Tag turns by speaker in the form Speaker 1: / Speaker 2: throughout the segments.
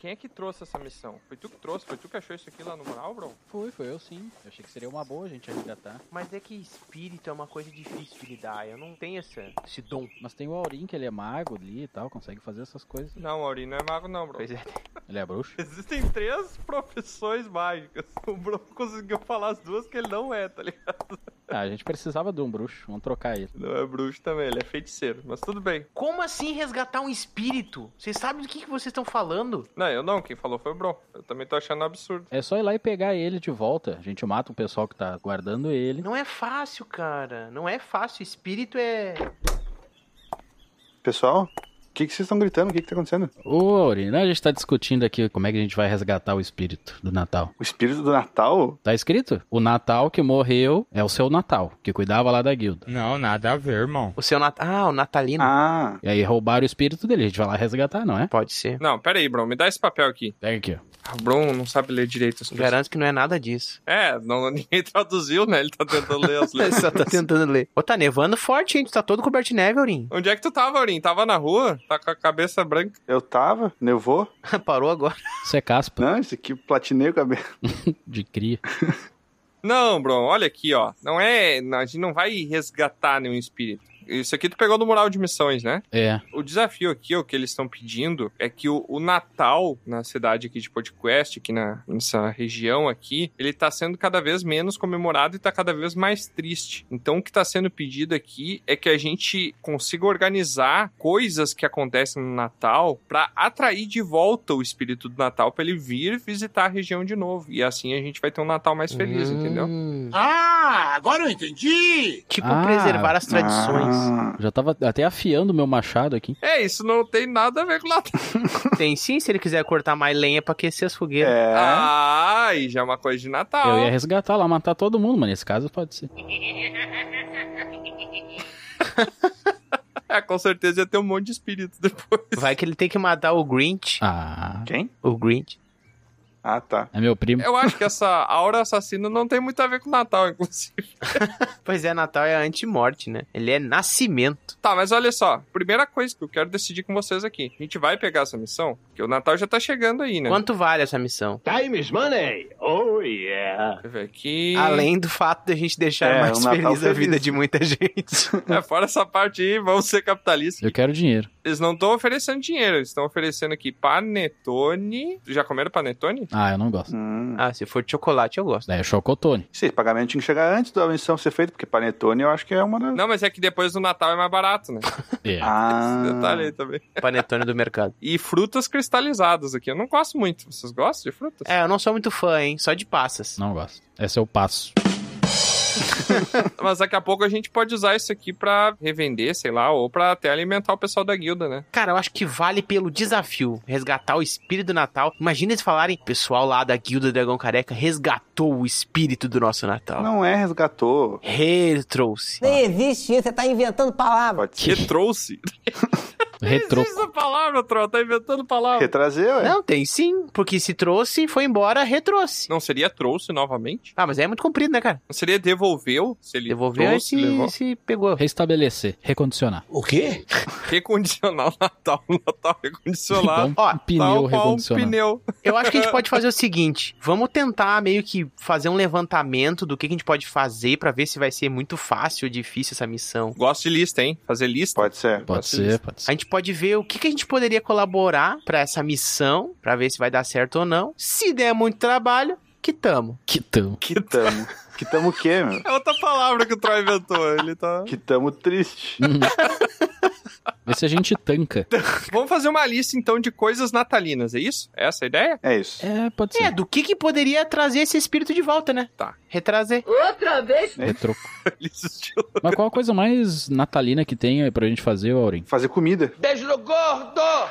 Speaker 1: Quem é que trouxe essa missão? Foi tu que trouxe? Foi tu que achou isso aqui lá no mural, bro?
Speaker 2: Fui, foi eu sim. Eu achei que seria uma boa a gente resgatar.
Speaker 3: Mas é que espírito é uma coisa difícil de lidar. Eu não tenho esse, esse dom.
Speaker 2: Mas tem o Aurim, que ele é mago ali e tal, consegue fazer essas coisas.
Speaker 1: Não, Auri, não é mago não, bro.
Speaker 3: Pois é.
Speaker 2: Ele é bruxo.
Speaker 1: Existem três profissões mágicas. O Bruno conseguiu falar as duas que ele não é, tá ligado?
Speaker 2: Ah, a gente precisava de um bruxo, vamos trocar ele.
Speaker 1: Não é bruxo também, ele é feiticeiro. Mas tudo bem.
Speaker 3: Como assim resgatar um espírito? Vocês sabem do que, que vocês estão falando?
Speaker 1: Não, eu não. Quem falou foi o Bron. Eu também tô achando absurdo.
Speaker 2: É só ir lá e pegar ele de volta. A gente mata o pessoal que tá guardando ele.
Speaker 3: Não é fácil, cara. Não é fácil. Espírito é.
Speaker 4: Pessoal, o que, que vocês estão gritando? O que, que tá acontecendo?
Speaker 2: Ô, Aurim, né, a gente tá discutindo aqui como é que a gente vai resgatar o espírito do Natal.
Speaker 4: O espírito do Natal?
Speaker 2: Tá escrito? O Natal que morreu é o seu Natal, que cuidava lá da guilda.
Speaker 5: Não, nada a ver, irmão.
Speaker 3: O seu Natal. Ah, o Natalino.
Speaker 4: Ah,
Speaker 2: E aí roubaram o espírito dele, a gente vai lá resgatar, não é?
Speaker 3: Pode ser.
Speaker 1: Não, pera aí, Bron. Me dá esse papel aqui.
Speaker 2: Pega aqui, ó.
Speaker 1: Ah, O Bron não sabe ler direito as coisas.
Speaker 3: Garanto que não é nada disso.
Speaker 1: É, não, ninguém traduziu, né? Ele tá tentando ler as letras.
Speaker 3: Só tá tentando ler. Ô, tá nevando forte, hein? Tu tá todo coberto de neve, Aurim.
Speaker 1: Onde é que tu tava, Aurim? Tava na rua? Tá com a cabeça branca?
Speaker 4: eu tava, nevou.
Speaker 3: Parou agora.
Speaker 2: Isso é caspa
Speaker 4: Não, esse aqui platinei o cabelo.
Speaker 2: de cria.
Speaker 1: Não, Bron, olha aqui, ó. Não é. não, A gente não vai resgatar nenhum espírito. Isso aqui tu pegou no mural de missões, né?
Speaker 2: É.
Speaker 1: O desafio aqui, o que eles estão pedindo, é que o, o Natal, na cidade aqui de Podcast, aqui na, nessa região aqui, ele tá sendo cada vez menos comemorado e tá cada vez mais triste. Então, o que tá sendo pedido aqui é que a gente consiga organizar coisas que acontecem no Natal para atrair de volta o espírito do Natal para ele vir visitar a região de novo. E assim a gente vai ter um Natal mais feliz, entendeu?
Speaker 3: Hum,
Speaker 6: Ah, agora eu entendi!
Speaker 3: Tipo,
Speaker 2: Ah,
Speaker 3: preservar as tradições.
Speaker 4: Ah,
Speaker 2: Já tava até afiando o meu machado aqui.
Speaker 1: É, isso não tem nada a ver com o Natal.
Speaker 3: Tem sim, se ele quiser cortar mais lenha pra aquecer as fogueiras.
Speaker 4: é.
Speaker 1: Ah, e já é uma coisa de Natal.
Speaker 2: Eu ia resgatar lá, matar todo mundo, mas nesse caso pode ser.
Speaker 1: É, com certeza ia ter um monte de espírito depois.
Speaker 3: Vai que ele tem que matar o Grinch.
Speaker 2: Ah,
Speaker 4: Quem?
Speaker 3: O Grinch.
Speaker 4: Ah, tá.
Speaker 2: é meu primo.
Speaker 1: Eu acho que essa aura assassina não tem muito a ver com Natal, inclusive.
Speaker 3: Pois é, Natal é anti-morte, né? Ele é nascimento.
Speaker 1: Tá, mas olha só. Primeira coisa que eu quero decidir com vocês aqui. A gente vai pegar essa missão? Porque o Natal já tá chegando aí, né?
Speaker 3: Quanto vale essa missão?
Speaker 6: Time is money! Oh yeah!
Speaker 1: Deixa eu ver aqui.
Speaker 3: Além do fato da gente deixar
Speaker 4: É,
Speaker 3: mais
Speaker 4: um Natal
Speaker 3: feliz a
Speaker 4: feliz.
Speaker 3: vida de muita gente.
Speaker 1: É, fora essa parte aí, vamos ser capitalistas.
Speaker 2: Eu quero dinheiro.
Speaker 1: Eles não estão oferecendo dinheiro, eles estão oferecendo aqui panetone. Já comeram panetone?
Speaker 2: Ah, eu não gosto.
Speaker 4: Hum.
Speaker 3: ah, se for de chocolate, eu gosto.
Speaker 2: Daí é chocotone.
Speaker 4: Esse pagamento tinha que chegar antes da missão ser feita, porque panetone eu acho que é uma das...
Speaker 1: Não, mas é que depois do Natal é mais barato, né?
Speaker 2: É.
Speaker 1: Esse
Speaker 4: Ah,
Speaker 1: detalhe aí também.
Speaker 3: Panetone do mercado.
Speaker 1: E frutas cristalizadas aqui. Eu não gosto muito. Vocês gostam de frutas?
Speaker 3: É, eu não sou muito fã, hein? Só de passas.
Speaker 2: Não gosto. Esse é o passo.
Speaker 1: Mas daqui a pouco a gente pode usar isso aqui pra revender, sei lá, ou pra até alimentar o pessoal da guilda, né?
Speaker 3: Cara, eu acho que vale pelo desafio resgatar o espírito do Natal. Imagina eles falarem, pessoal lá da Guilda Dragão Careca resgatou o espírito do nosso Natal.
Speaker 4: não é resgatou.
Speaker 3: Retrouxe.
Speaker 7: Nem existe isso, você tá inventando palavras.
Speaker 4: Pode ser.
Speaker 1: Que trouxe.
Speaker 2: Retro.
Speaker 1: Não existe essa palavra, Troll. Tá inventando palavra.
Speaker 4: Retraser, ué.
Speaker 3: Não, tem sim, porque se trouxe, foi embora, retrouxe.
Speaker 1: Não seria trouxe novamente?
Speaker 3: Ah, mas aí é muito comprido, né, cara?
Speaker 1: Não seria devolveu? Se ele
Speaker 3: Devolveu é e
Speaker 1: trouxe, levou.
Speaker 3: se, se pegou.
Speaker 2: Restabelecer. Recondicionar.
Speaker 6: O quê?
Speaker 1: Recondicionar o Natal. O Natal recondicionado.
Speaker 3: Ó,
Speaker 2: Um pneu
Speaker 1: Tal qual um
Speaker 2: recondicionar.
Speaker 1: pneu.
Speaker 3: Eu acho que a gente pode fazer o seguinte: vamos tentar meio que fazer um levantamento do que que a gente pode fazer pra ver se vai ser muito fácil ou difícil essa missão.
Speaker 1: Gosto de lista, hein? Fazer lista.
Speaker 4: Pode ser.
Speaker 2: Pode ser, pode
Speaker 3: A
Speaker 2: ser.
Speaker 3: gente pode ver o que, que a gente poderia colaborar pra essa missão, pra ver se vai dar certo ou não. Se der muito trabalho, que tamo.
Speaker 2: Que tão.
Speaker 4: Que tamo. que tamo o quê, meu?
Speaker 1: É outra palavra que o Troll inventou. Ele tá.
Speaker 4: Que tamo triste.
Speaker 2: Vê se a gente tanca.
Speaker 1: Vamos fazer uma lista então de coisas natalinas, é isso? Essa é a ideia?
Speaker 4: É isso.
Speaker 2: É, pode
Speaker 3: É,
Speaker 2: ser.
Speaker 3: do que que poderia trazer esse espírito de volta, né?
Speaker 1: Tá.
Speaker 3: Retrazer.
Speaker 2: Retro.
Speaker 1: Lista estilo.
Speaker 2: Mas qual a coisa mais natalina que tem aí pra gente fazer, Aurim?
Speaker 4: Fazer comida.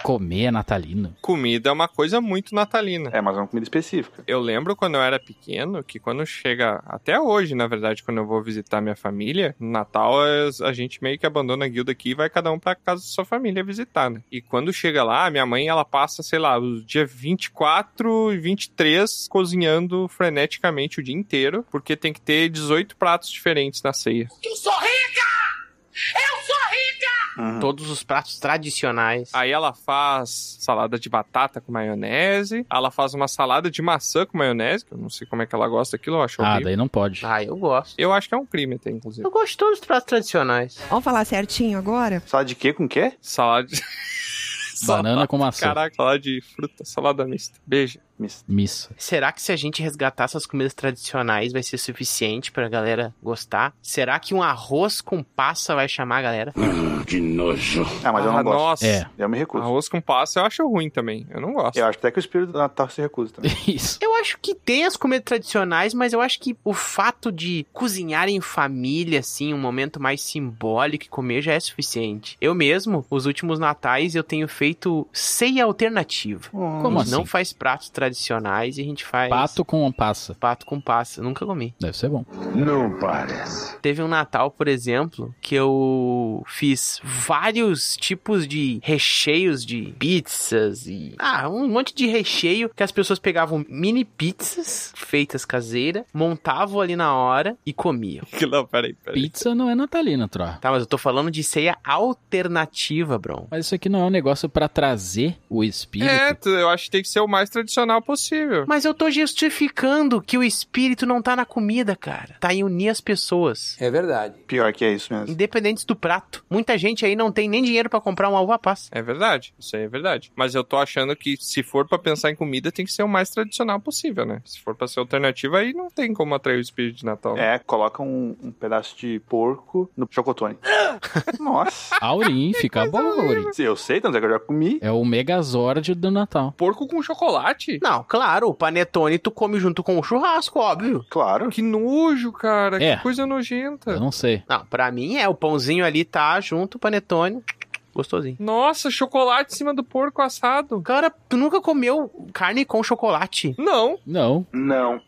Speaker 2: Comer é natalino.
Speaker 1: Comida é uma coisa muito natalina.
Speaker 4: É, mas é uma comida específica.
Speaker 1: Eu lembro quando eu era pequeno que quando chega. Até hoje, na verdade, quando eu vou visitar minha família, no Natal as- a gente meio que abandona a guilda aqui e vai cada um pra casa da sua família visitar, né? E quando chega lá, minha mãe, ela passa, sei lá, os dia 24 e 23 cozinhando freneticamente o dia inteiro, porque tem que ter 18 pratos diferentes na ceia.
Speaker 6: Eu sou rica! Eu sou rica!
Speaker 4: Uhum.
Speaker 3: Todos os pratos tradicionais.
Speaker 1: Aí ela faz salada de batata com maionese. Ela faz uma salada de maçã com maionese, que eu não sei como é que ela gosta daquilo, eu acho
Speaker 2: Ah,
Speaker 1: horrível.
Speaker 2: daí não pode.
Speaker 3: Ah, eu gosto.
Speaker 1: Eu acho que é um crime até, inclusive.
Speaker 3: Eu gosto de todos os pratos tradicionais.
Speaker 5: Vamos falar certinho agora?
Speaker 4: Sala de quê com quê?
Speaker 1: Salada de...
Speaker 2: Banana com maçã.
Speaker 1: Caraca, salada de fruta, salada mista. Beija.
Speaker 4: Mis-
Speaker 2: Missa.
Speaker 3: Será que se a gente resgatar essas comidas tradicionais vai ser suficiente pra galera gostar? Será que um arroz com passa vai chamar a galera?
Speaker 6: Que nojo.
Speaker 4: Ah, mas eu
Speaker 1: Ah,
Speaker 4: não gosto.
Speaker 1: Nossa. Ah,
Speaker 2: É.
Speaker 4: Eu me recuso.
Speaker 1: Arroz com passa eu acho ruim também. Eu não gosto.
Speaker 4: Eu acho até que o espírito do Natal se recusa também.
Speaker 2: Isso.
Speaker 3: Eu acho que tem as comidas tradicionais, mas eu acho que o fato de cozinhar em família, assim, um momento mais simbólico e comer já é suficiente. Eu mesmo, os últimos natais, eu tenho feito ceia alternativa.
Speaker 2: Como
Speaker 3: a
Speaker 2: assim?
Speaker 3: gente não faz pratos tradicionais e a gente faz
Speaker 2: Pato com passa.
Speaker 3: pato com passa. Nunca comi.
Speaker 2: Deve ser bom.
Speaker 6: Não parece.
Speaker 3: Teve um Natal, por exemplo, que eu fiz vários tipos de recheios de pizzas e. Ah, um monte de recheio que as pessoas pegavam mini pizzas feitas caseira, montavam ali na hora e comiam.
Speaker 1: Não, peraí, peraí.
Speaker 2: Pizza não é natalina, Troa.
Speaker 3: Tá, mas eu tô falando de ceia alternativa, Bron.
Speaker 2: Mas isso aqui não é um negócio pra trazer o espírito.
Speaker 1: É, tu- eu acho que tem que ser o mais tradicional possível.
Speaker 3: Mas eu tô justificando que o espírito não tá na comida, cara. Tá em unir as pessoas.
Speaker 7: É verdade.
Speaker 4: Pior que é isso mesmo.
Speaker 3: Independente do prato. Muita gente aí não tem nem dinheiro pra comprar um uma uva passa.
Speaker 1: É verdade, isso aí é verdade. Mas eu tô achando que se for pra pensar em comida, tem que ser o mais tradicional possível, né? Se for pra ser alternativa, aí não tem como atrair o espírito de Natal.
Speaker 4: É, coloca um, um pedaço de porco no chocotone. Nossa.
Speaker 2: Aurim,
Speaker 3: É
Speaker 2: fica bom, Aurim.
Speaker 4: Eu sei, tanto é que eu já comi.
Speaker 2: É o Megazord do Natal.
Speaker 1: Porco com chocolate?
Speaker 3: Não, claro, o panetone tu come junto com o churrasco, óbvio.
Speaker 4: Claro.
Speaker 1: Que nojo, cara.
Speaker 2: É.
Speaker 1: Que coisa
Speaker 2: Eu
Speaker 1: nojenta.
Speaker 2: não sei.
Speaker 3: Não, pra mim é, o pãozinho ali tá junto, o panetone, gostosinho.
Speaker 1: Nossa, chocolate em cima do porco assado.
Speaker 3: Cara, tu nunca comeu carne com chocolate?
Speaker 1: Não,
Speaker 2: Não.
Speaker 4: Não.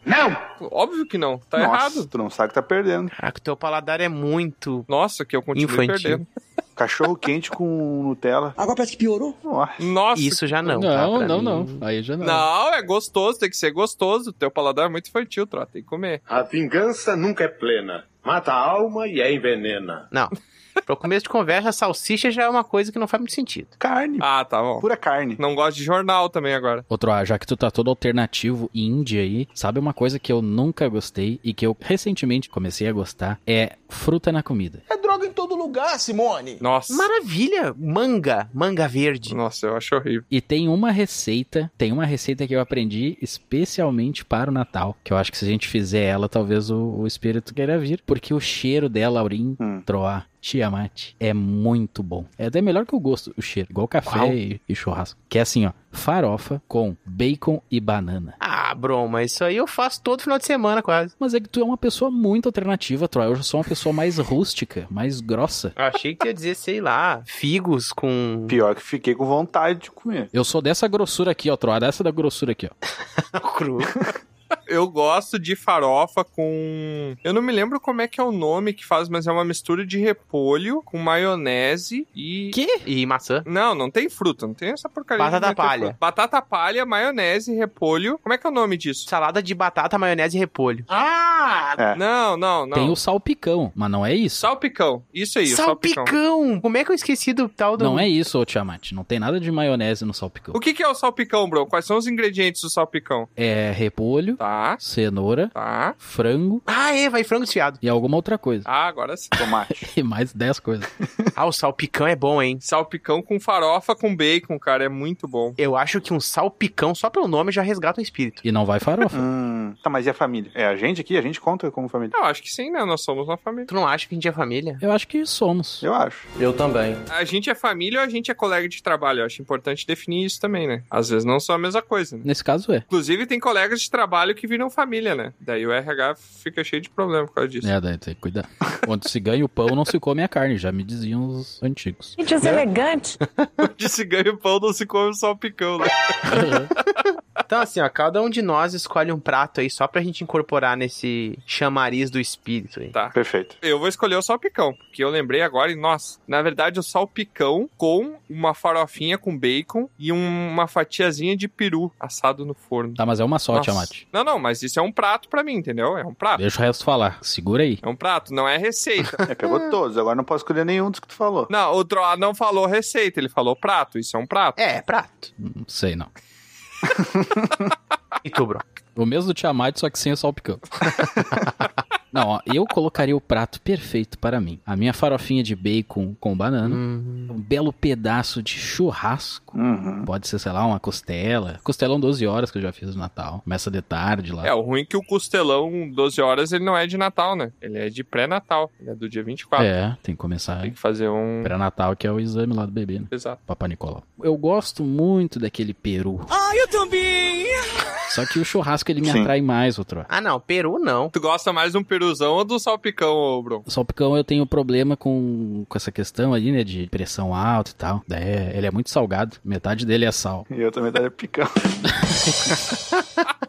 Speaker 1: óbvio que não. Tá
Speaker 4: Nossa,
Speaker 1: errado.
Speaker 4: tu não sabe o que tá perdendo.
Speaker 3: Caraca, o teu paladar é muito...
Speaker 1: Nossa, que eu continuo
Speaker 3: Infantil.
Speaker 1: perdendo.
Speaker 4: Cachorro quente com Nutella.
Speaker 7: Agora parece que piorou.
Speaker 4: Nossa.
Speaker 1: Nossa.
Speaker 3: Isso já não, tá?
Speaker 2: Não,
Speaker 3: Pra
Speaker 2: não,
Speaker 3: mim-
Speaker 2: não. Aí já não.
Speaker 1: Não, é gostoso, tem que ser gostoso. Teu paladar é muito infantil, Tró, tem que comer.
Speaker 6: A vingança nunca é plena. Mata a alma e a envenena.
Speaker 3: Não. Pro começo de conversa, a salsicha já é uma coisa que não faz muito sentido.
Speaker 4: Carne.
Speaker 1: Ah, tá bom.
Speaker 4: Pura carne.
Speaker 1: Não gosto de jornal também agora.
Speaker 2: Outro, ah, já que tu tá todo alternativo e indie aí, sabe uma coisa que eu nunca gostei e que eu recentemente comecei a gostar? É fruta na comida.
Speaker 8: É droga em todo
Speaker 5: Ah,
Speaker 8: lugar, Simone.
Speaker 1: Nossa.
Speaker 3: Maravilha! Manga, manga verde.
Speaker 1: Nossa, eu acho horrível.
Speaker 2: E tem uma receita, tem uma receita que eu aprendi especialmente para o Natal, que eu acho que se a gente fizer ela, talvez o, o espírito queira vir, porque o cheiro dela, Aurim,
Speaker 4: Hum.
Speaker 2: Troá, Tiamat, é muito bom. É até melhor que o gosto, o cheiro, igual café
Speaker 3: Qual?
Speaker 2: e, e churrasco. Que é assim, ó, farofa com bacon e banana.
Speaker 3: Ah, Bron, mas isso aí eu faço todo final de semana quase.
Speaker 2: Mas é que tu é uma pessoa muito alternativa, Troy. Eu já sou uma pessoa mais rústica, mais grossa.
Speaker 3: Eu achei que tu ia dizer, sei lá, figos com...
Speaker 4: Pior que fiquei com vontade de comer.
Speaker 2: Eu sou dessa grossura aqui, ó, Troy. Dessa da grossura aqui, ó.
Speaker 3: cru.
Speaker 1: Eu gosto de farofa com. Eu não me lembro como é que é o nome que faz, mas é uma mistura de repolho com maionese e.
Speaker 3: Quê? E maçã.
Speaker 1: Não, não tem fruta, não tem essa porcaria. de
Speaker 3: Batata
Speaker 1: meter
Speaker 3: palha.
Speaker 1: fruta. Batata palha, maionese, repolho. Como é que é o nome disso?
Speaker 3: Salada de batata, maionese e repolho.
Speaker 6: Ah!
Speaker 4: É.
Speaker 1: Não, não, não.
Speaker 2: Tem o salpicão, mas não é isso.
Speaker 1: Salpicão. Isso aí, o
Speaker 3: salpicão.
Speaker 1: salpicão.
Speaker 3: Como é que eu esqueci do tal do.
Speaker 2: Não é isso, ô Tiamat. Não tem nada de maionese no salpicão.
Speaker 1: O que, que é o salpicão, bro? Quais são os ingredientes do salpicão?
Speaker 2: É repolho,
Speaker 1: Tá,
Speaker 2: cenoura,
Speaker 1: tá.
Speaker 2: frango
Speaker 3: Ah, é, vai frango desfiado.
Speaker 2: e alguma outra coisa.
Speaker 1: Ah, agora sim.
Speaker 4: Tomate.
Speaker 2: E mais 10 coisas.
Speaker 3: Ah, o salpicão é bom, hein?
Speaker 1: Salpicão com farofa com bacon, cara, é muito bom.
Speaker 3: Eu acho que um salpicão, só pelo nome, já resgata o espírito.
Speaker 2: E não vai farofa.
Speaker 4: hum. Tá, mas e a família? É a gente aqui? A gente conta como família?
Speaker 1: Eu acho que sim, né? Nós somos uma família.
Speaker 3: Tu não acha que a gente é família?
Speaker 2: Eu acho que somos.
Speaker 4: Eu acho.
Speaker 8: Eu também.
Speaker 1: A gente é família ou a gente é colega de trabalho? Eu acho importante definir isso também, né? Às vezes não são a mesma coisa, né?
Speaker 2: Nesse caso é.
Speaker 1: Inclusive, tem colegas de trabalho que viram família, né? Daí o RH fica cheio de problema por causa disso.
Speaker 2: É, daí tem que cuidar. Onde se ganha o pão, não se come a carne. Já me diziam os antigos.
Speaker 9: Gente, deselegante.
Speaker 1: Onde se ganha o pão, não se come só o picão, né?
Speaker 3: Então, assim, ó, cada um de nós escolhe um prato aí só pra gente incorporar nesse chamariz do espírito aí.
Speaker 1: Tá.
Speaker 4: Perfeito.
Speaker 1: Eu vou escolher o salpicão, porque eu lembrei agora e, nossa, na verdade, o salpicão com uma farofinha com bacon e um- uma fatiazinha de peru assado no forno.
Speaker 2: Tá, mas é uma só,
Speaker 1: Nossa.
Speaker 2: Tiamat.
Speaker 1: Não, não, mas isso é um prato pra mim, entendeu? É um prato.
Speaker 2: Deixa o resto falar. Segura aí.
Speaker 1: É um prato, não é receita.
Speaker 4: É, pegou todos, agora não posso escolher nenhum dos que tu falou.
Speaker 1: não, o Dro não falou receita, ele falou prato. Isso é um prato.
Speaker 3: É, prato.
Speaker 2: Não sei, não.
Speaker 3: E tu, bro?
Speaker 2: O mesmo do Tiamat, só que sem o salpicão. Não, ó, eu colocaria o prato perfeito para mim. A minha farofinha de bacon com banana,
Speaker 3: Hum,
Speaker 2: um belo pedaço de churrasco.
Speaker 4: Uhum.
Speaker 2: Pode ser, sei lá, uma costela. Costelão 12 horas que eu já fiz no Natal. Começa de tarde lá.
Speaker 1: É, o ruim é que o costelão 12 horas ele não é de Natal, né? Ele é de pré-Natal. Ele é do dia 24.
Speaker 2: É, tem que começar
Speaker 1: Tem que fazer um.
Speaker 2: pré-natal, que é o exame lá do bebê, né?
Speaker 1: Exato.
Speaker 2: Papai Nicolau. Eu gosto muito daquele peru.
Speaker 7: Ah, eu também!
Speaker 2: Só que o churrasco ele me
Speaker 4: Sim.
Speaker 2: atrai mais, outro.
Speaker 3: Ah, não, Peru não.
Speaker 1: Tu gosta mais de um peruzão ou do salpicão, ô, Bruno?
Speaker 2: O salpicão eu tenho problema com, com essa questão aí, né? De pressão alta e tal. É, ele é muito salgado. Metade dele é sal.
Speaker 4: E eu também daria picão.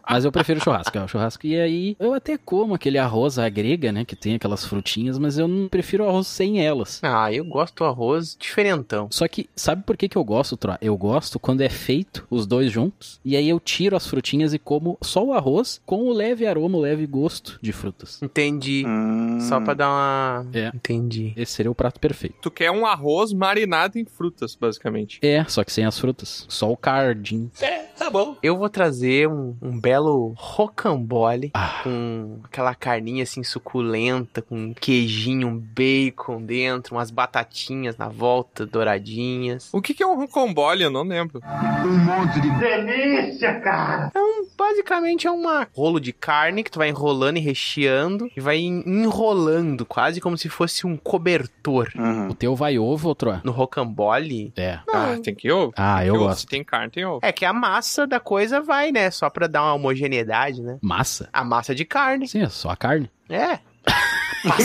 Speaker 2: Mas eu prefiro churrasco, é o churrasco. E aí, eu até como aquele arroz à grega, né? Que tem aquelas frutinhas, mas eu não prefiro arroz sem elas.
Speaker 3: Ah, eu gosto do arroz diferentão.
Speaker 2: Só que, sabe por que, que eu gosto, Tro? Eu gosto quando é feito os dois juntos, e aí eu tiro as frutinhas e como só o arroz com o leve aroma, o leve gosto de frutas.
Speaker 3: Entendi.
Speaker 4: Hum,
Speaker 3: Só pra dar uma...
Speaker 2: É.
Speaker 3: Entendi.
Speaker 2: Esse seria o prato perfeito.
Speaker 1: Tu quer um arroz marinado em frutas, basicamente.
Speaker 2: É, só que sem as frutas. Só o cardim.
Speaker 3: Eu vou trazer um, um belo rocambole
Speaker 2: Ah,
Speaker 3: com aquela carninha assim suculenta, com um queijinho, um bacon dentro, umas batatinhas na volta, douradinhas.
Speaker 1: O que, que é um rocambole? Eu não lembro.
Speaker 2: Ah,
Speaker 3: Basicamente é um rolo de carne que tu vai enrolando e recheando e vai en- enrolando, quase como se fosse um cobertor.
Speaker 2: o
Speaker 4: uhum.
Speaker 2: teu vai ovo, outro?
Speaker 3: No rocambole,
Speaker 2: É.
Speaker 1: Ah, tem que ovo.
Speaker 2: Ah, eu
Speaker 1: Tem ovo.
Speaker 2: gosto.
Speaker 1: Se tem carne, tem ovo.
Speaker 3: é que a massa da coisa vai, né? Só pra dar uma homogeneidade, né?
Speaker 2: Massa?
Speaker 3: A massa de carne.
Speaker 2: Sim, é só a carne.
Speaker 3: É.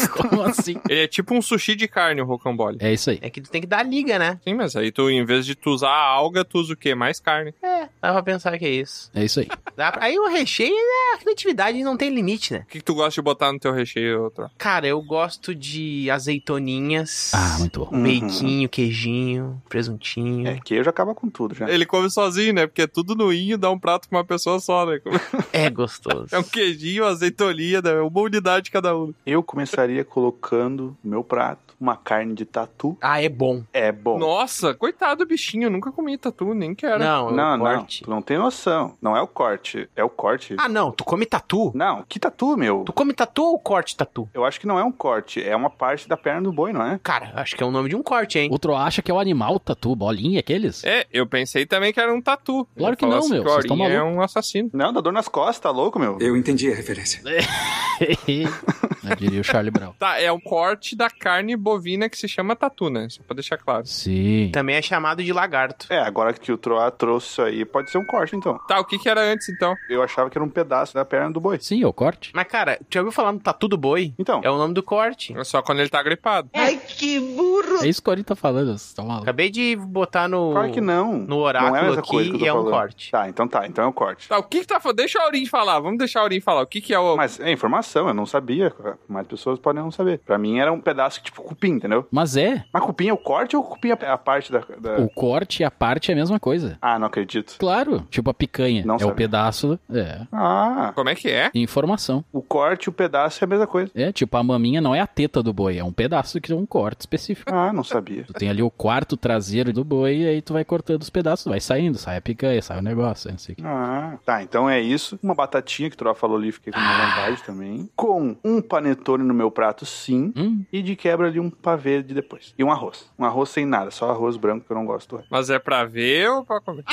Speaker 2: Como assim?
Speaker 1: Ele é tipo um sushi de carne, o rocambole.
Speaker 2: É isso aí.
Speaker 3: É que tu tem que dar liga, né?
Speaker 1: Sim, mas aí tu, em vez de tu usar a alga, tu usa o quê? Mais carne.
Speaker 3: É, dá pra pensar que é isso.
Speaker 2: É isso aí.
Speaker 3: Dá pra- Aí o recheio, né? A criatividade não tem limite, né?
Speaker 1: O que, que tu gosta de botar no teu recheio, outra?
Speaker 3: Cara, eu gosto de azeitoninhas.
Speaker 2: Ah, muito bom.
Speaker 4: Uhum.
Speaker 3: Beiquinho, queijinho, presuntinho.
Speaker 4: É, queijo acaba com tudo já.
Speaker 1: Ele come sozinho, né? Porque é tudo no inho, dá um prato pra uma pessoa só, né?
Speaker 3: É gostoso.
Speaker 1: É um queijinho, azeitoninha, né? uma unidade cada um.
Speaker 4: Eu começaria colocando no meu prato uma carne de tatu.
Speaker 3: Ah, é bom.
Speaker 4: É bom.
Speaker 1: Nossa, coitado do bichinho, eu nunca comi tatu, nem quero.
Speaker 3: Não, é
Speaker 4: não,
Speaker 3: o
Speaker 4: não.
Speaker 3: corte.
Speaker 4: Tu não tem noção. Não é o corte. É o corte.
Speaker 3: Ah, não. Tu come tatu?
Speaker 4: Não, que tatu, meu?
Speaker 3: Tu come tatu ou corte tatu?
Speaker 4: Eu acho que não é um corte. É uma parte da perna do boi, não é?
Speaker 3: Cara, acho que é o nome de um corte, hein?
Speaker 2: Outro acha que é o animal tatu, bolinha, aqueles?
Speaker 1: É, eu pensei também que era um tatu.
Speaker 2: Claro
Speaker 1: Eu
Speaker 2: que não,
Speaker 1: falasse
Speaker 2: meu,
Speaker 1: que o
Speaker 2: vocês tão
Speaker 1: Aurinha é um assassino.
Speaker 4: Não, dá dor nas costas, tá louco, meu?
Speaker 5: Eu entendi a referência.
Speaker 2: Eu né, diria o Charlie Brown.
Speaker 1: Tá, é um corte da carne bovina que se chama tatu, né? Só pra deixar claro.
Speaker 2: Sim.
Speaker 3: Também é chamado de lagarto.
Speaker 4: É, agora que o Troá trouxe isso aí, pode ser um corte, então.
Speaker 1: Tá, o que que era antes, então?
Speaker 4: Eu achava que era um pedaço da perna do boi.
Speaker 2: Sim, é o corte.
Speaker 3: Mas, cara, tu já ouviu falar no tatu do boi?
Speaker 4: Então,
Speaker 3: É o nome do corte.
Speaker 1: É só quando ele tá gripado.
Speaker 2: É isso que o Corinthians tá falando, vocês estão malucos.
Speaker 3: Acabei de botar no,
Speaker 4: claro que não.
Speaker 3: no
Speaker 4: não é a
Speaker 3: oráculo
Speaker 4: mesma
Speaker 3: aqui
Speaker 4: coisa que eu tô
Speaker 3: e é um
Speaker 4: falando.
Speaker 3: corte.
Speaker 4: Tá, então tá, então é um corte.
Speaker 1: Tá, o que que tá falando? Deixa o Aurinho falar, vamos deixar o Aurinho falar. O que que é o...
Speaker 4: Mas é informação, eu não sabia. Mais pessoas podem não saber. Pra mim era um pedaço tipo cupim, entendeu?
Speaker 2: Mas é,
Speaker 4: Mas cupim é o corte ou cupim é a parte da. da-
Speaker 2: o corte e a parte é a mesma coisa.
Speaker 4: Ah, não acredito.
Speaker 2: Claro, tipo a picanha.
Speaker 4: Não
Speaker 2: é o
Speaker 4: sabia.
Speaker 2: pedaço. É.
Speaker 4: Ah,
Speaker 1: Como é que é?
Speaker 2: Informação.
Speaker 4: o corte e o pedaço é a mesma coisa.
Speaker 2: É, tipo, a maminha não é a teta do boi, é um pedaço que é um corte específico.
Speaker 4: Ah, não sabia.
Speaker 2: Tu tem ali o quarto traseiro do boi, e aí tu vai cortando os pedaços, vai saindo, sai a picanha, sai o negócio, aí não sei o que.
Speaker 4: Ah, tá, então é isso. Uma batatinha que o Troá falou ali, fiquei com uma vontade também. Com um panetone no meu prato, sim.
Speaker 2: Hum,
Speaker 4: E de quebra ali um pavê de depois. E um arroz. Um arroz sem nada, só arroz branco que eu não gosto.
Speaker 1: Mas é pra ver ou pra comer?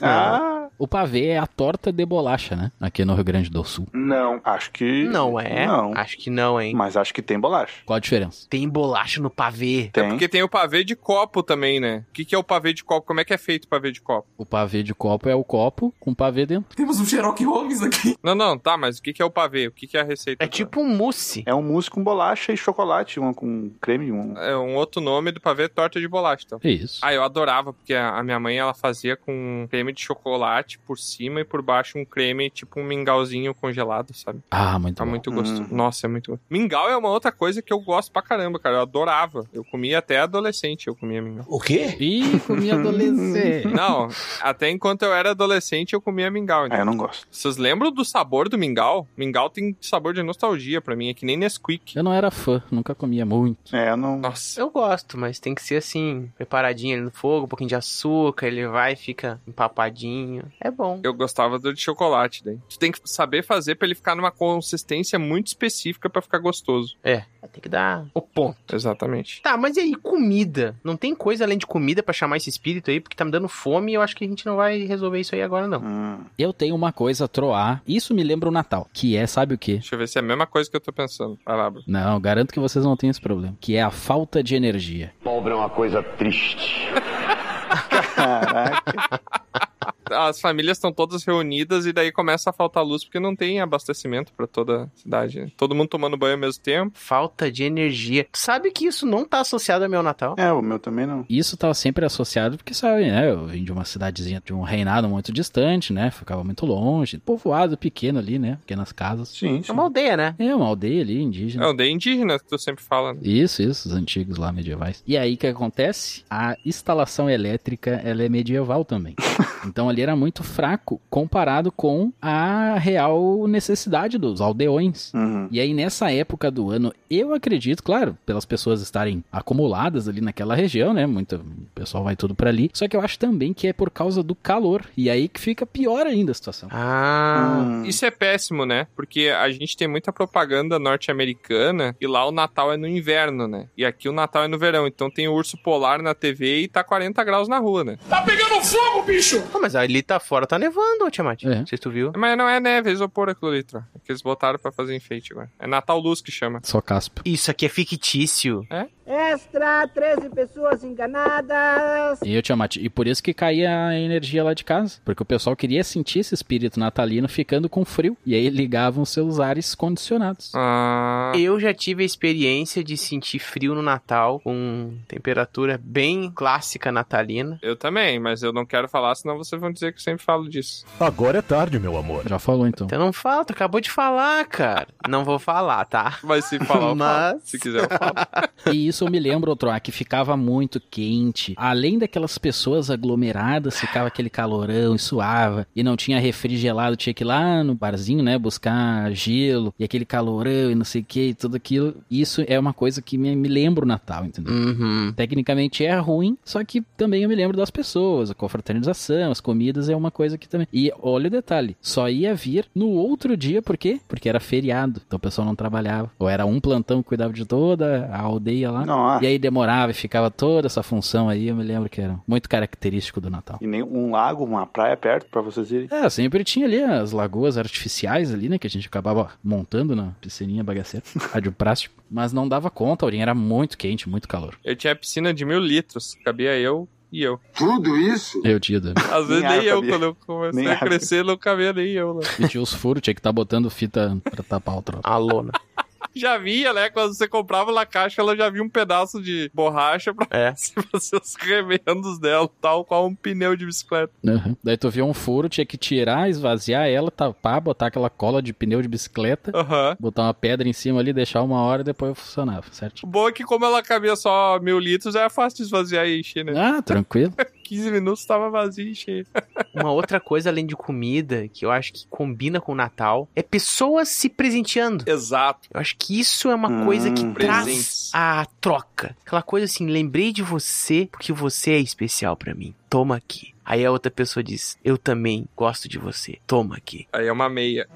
Speaker 4: Ah,
Speaker 2: O pavê é a torta de bolacha, né? Aqui no Rio Grande do Sul.
Speaker 4: Não. Acho que.
Speaker 3: Não é?
Speaker 4: Não.
Speaker 3: Acho que não, hein?
Speaker 4: Mas acho que tem bolacha.
Speaker 2: Qual a diferença?
Speaker 3: Tem bolacha no pavê.
Speaker 4: Tem.
Speaker 1: Porque tem o pavê de copo também, né? O que, que é o pavê de copo? Como é que é feito o pavê de copo?
Speaker 2: O pavê de copo é o copo com pavê dentro.
Speaker 5: Temos um Sherlock Holmes aqui.
Speaker 1: Não, não, tá, mas o que, que é o pavê? O que, que é a receita?
Speaker 3: É tipo um mousse.
Speaker 4: É um mousse com bolacha e chocolate, um com creme. Um...
Speaker 1: É um outro nome do pavê é torta de bolacha, então.
Speaker 2: É isso.
Speaker 1: Ah, eu adorava, porque a a minha mãe, ela fazia com creme de chocolate por cima e por baixo um creme, tipo um mingauzinho congelado, sabe?
Speaker 2: Ah, muito
Speaker 1: Tá
Speaker 2: bom.
Speaker 1: muito gostoso. Nossa, é muito. Mingau é uma outra coisa que eu gosto pra caramba, cara. Eu adorava. Eu comia até adolescente, eu comia mingau.
Speaker 5: O quê?
Speaker 2: Ih, comi adolescente.
Speaker 1: Não, até enquanto eu era adolescente, eu comia mingau.
Speaker 4: É,
Speaker 1: Então.
Speaker 4: eu não gosto.
Speaker 1: Vocês lembram do sabor do mingau? Mingau tem sabor de nostalgia pra mim, é que nem Nesquik.
Speaker 2: Eu não era fã, nunca comia muito.
Speaker 4: É, eu não.
Speaker 1: Nossa.
Speaker 3: Eu gosto, mas tem que ser assim, preparadinho ele no fogo, um pouquinho de açúcar, ele vai e fica empapadinho. É bom.
Speaker 1: Eu gostava do de chocolate, daí. Tu tem que saber fazer pra ele ficar numa consistência muito específica pra ficar gostoso.
Speaker 3: Tem que dar É. o ponto.
Speaker 1: Exatamente.
Speaker 3: Tá, mas e aí, comida? Não tem coisa além de comida pra chamar esse espírito aí, porque tá me dando fome e eu acho que a gente não vai resolver isso aí agora, não.
Speaker 4: Hum.
Speaker 2: Eu tenho uma coisa a troar. Isso me lembra o Natal, que é, sabe o quê?
Speaker 1: Deixa eu ver se é a mesma coisa que eu tô pensando. Vai lá, Bruno.
Speaker 2: Não, garanto que vocês não têm esse problema. Que é a falta de energia.
Speaker 6: Pobre é uma coisa triste.
Speaker 4: Caraca.
Speaker 1: As famílias estão todas reunidas e daí começa a faltar luz porque não tem abastecimento pra toda a cidade. né? Todo mundo tomando banho ao mesmo tempo.
Speaker 3: Falta de energia. Tu sabe que isso não tá associado ao meu Natal?
Speaker 4: é, o meu também não.
Speaker 2: Isso tava sempre associado, porque sabe, né? Eu vim de uma cidadezinha, de um reinado muito distante, né? Ficava muito longe. Povoado pequeno ali, né? Pequenas casas.
Speaker 4: Sim,
Speaker 3: É
Speaker 4: sim.
Speaker 3: uma aldeia, né?
Speaker 2: É uma aldeia ali, indígena.
Speaker 1: É o de indígena que tu sempre fala. né?
Speaker 2: Isso, isso, os antigos lá medievais. E aí o que acontece? A instalação elétrica, ela é medieval também. Então ali era muito fraco comparado com a real necessidade dos aldeões.
Speaker 4: Uhum.
Speaker 2: E aí nessa época do ano, eu acredito, claro, pelas pessoas estarem acumuladas ali naquela região, né? Muito o pessoal vai tudo pra ali. Só que eu acho também que é por causa do calor. E aí que fica pior ainda a situação.
Speaker 3: Ah,
Speaker 4: Hum.
Speaker 1: Isso é péssimo, né? Porque a gente tem muita propaganda norte-americana e lá o Natal é no inverno, né? E aqui o Natal é no verão. Então tem o urso polar na TV e tá 40 graus na rua, né?
Speaker 5: Tá pegando fogo, bicho!
Speaker 3: Não, mas ali tá fora, tá nevando, ô, Tiamat.
Speaker 2: É.
Speaker 3: Não sei se tu viu.
Speaker 1: Mas não é neve, é isopor aquilo ali, tá? É que eles botaram pra fazer enfeite agora. É Natal Luz que chama.
Speaker 2: Só caspa.
Speaker 3: Isso aqui é fictício.
Speaker 7: Extra, 13 pessoas enganadas.
Speaker 2: E eu te amate. E por isso que caía a energia lá de casa. Porque o pessoal queria sentir esse espírito natalino ficando com frio. E aí ligavam seus ares condicionados.
Speaker 1: Ah.
Speaker 3: Eu já tive a experiência de sentir frio no Natal, com temperatura bem clássica natalina.
Speaker 1: Eu também, mas eu não quero falar, senão vocês vão dizer que eu sempre falo disso.
Speaker 9: Agora é tarde, meu amor.
Speaker 2: Já falou então.
Speaker 3: Então não fala, tu acabou de falar, cara. Não vou falar, tá?
Speaker 1: Mas se falar, eu falo.
Speaker 3: Mas-
Speaker 1: Se quiser, eu falo.
Speaker 2: E isso eu me lembro, Troá, que ficava muito quente. Além daquelas pessoas aglomeradas, ficava aquele calorão e suava. E não tinha refrigerado, tinha que ir lá no barzinho, né? Buscar gelo e aquele calorão e não sei o que e tudo aquilo. Isso é uma coisa que me, me lembra o Natal, entendeu?
Speaker 3: Uhum.
Speaker 2: Tecnicamente é ruim, só que também eu me lembro das pessoas, a confraternização, as comidas é uma coisa que também. E olha o detalhe, só ia vir no outro dia, por quê? Porque era feriado, então o pessoal não trabalhava. Ou era um plantão que cuidava de toda a aldeia lá.
Speaker 4: Não, ah,
Speaker 2: né? E aí demorava e ficava toda essa função aí, eu me lembro que era muito característico do Natal.
Speaker 4: e nem um lago, uma praia perto pra vocês irem.
Speaker 2: É, sempre tinha ali as lagoas artificiais ali, né? Que a gente acabava montando na piscininha bagaceira, a de plástico. Mas não dava conta, Aurinha, era muito quente, muito calor.
Speaker 1: Eu tinha piscina de mil litros, cabia eu e eu.
Speaker 2: Eu tinha, né?
Speaker 1: Às vezes
Speaker 4: Nem
Speaker 1: nem,
Speaker 4: água
Speaker 1: eu,
Speaker 4: cabia.
Speaker 1: quando eu comecei
Speaker 4: Nem
Speaker 1: a
Speaker 4: água.
Speaker 1: crescer, não cabia nem eu. Né?
Speaker 2: E tinha os furos, tinha que estar botando fita pra tapar o troço.
Speaker 3: A lona.
Speaker 1: Já via, né? Quando você comprava na caixa, ela já via um pedaço de borracha pra
Speaker 3: É.
Speaker 1: fazer os remendos dela, tal qual um pneu de bicicleta.
Speaker 2: Uhum. Daí tu via um furo, tinha que tirar, esvaziar ela, tapar, botar aquela cola de pneu de bicicleta,
Speaker 1: Aham.
Speaker 2: botar uma pedra em cima ali, deixar uma hora e depois funcionava, certo?
Speaker 1: O bom é que, como ela cabia só mil litros, era fácil de esvaziar e encher, né?
Speaker 2: Ah, tranquilo.
Speaker 1: 15 minutos tava vazio e cheio.
Speaker 3: Uma outra coisa além de comida, que eu acho que combina com o Natal, é pessoas se presenteando.
Speaker 1: Exato.
Speaker 3: Eu acho que isso é uma
Speaker 4: Hum,
Speaker 3: coisa que
Speaker 1: presentes.
Speaker 3: traz a troca. Aquela coisa assim, lembrei de você porque você é especial pra mim. Toma aqui. Aí a outra pessoa diz, eu também gosto de você. Toma aqui.
Speaker 1: Aí é uma meia.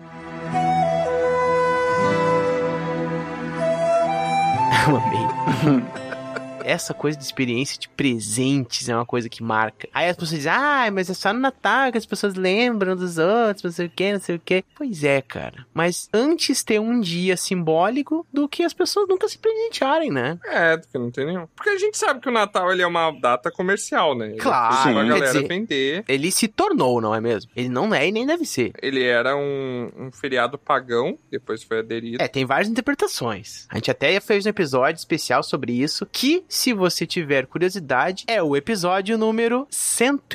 Speaker 3: Eu amei. essa coisa de experiência de presentes é uma coisa que marca. Aí as pessoas dizem, ah, mas é só no Natal que as pessoas lembram dos outros, não sei o que, não sei o que. Pois é, cara. Mas antes ter um dia simbólico do que as pessoas nunca se presentearem, né?
Speaker 1: É, porque não tem nenhum. Porque a gente sabe que o Natal ele é uma data comercial, né? Ele
Speaker 3: Claro,
Speaker 1: foi pra
Speaker 4: sim.
Speaker 1: galera
Speaker 3: Quer dizer-
Speaker 1: vender.
Speaker 3: Ele se tornou, não é mesmo? Ele não é e nem deve ser.
Speaker 1: Ele era um, um feriado pagão, depois foi aderido.
Speaker 3: É, tem várias interpretações. A gente até fez um episódio especial sobre isso, que, se você tiver curiosidade, é o episódio número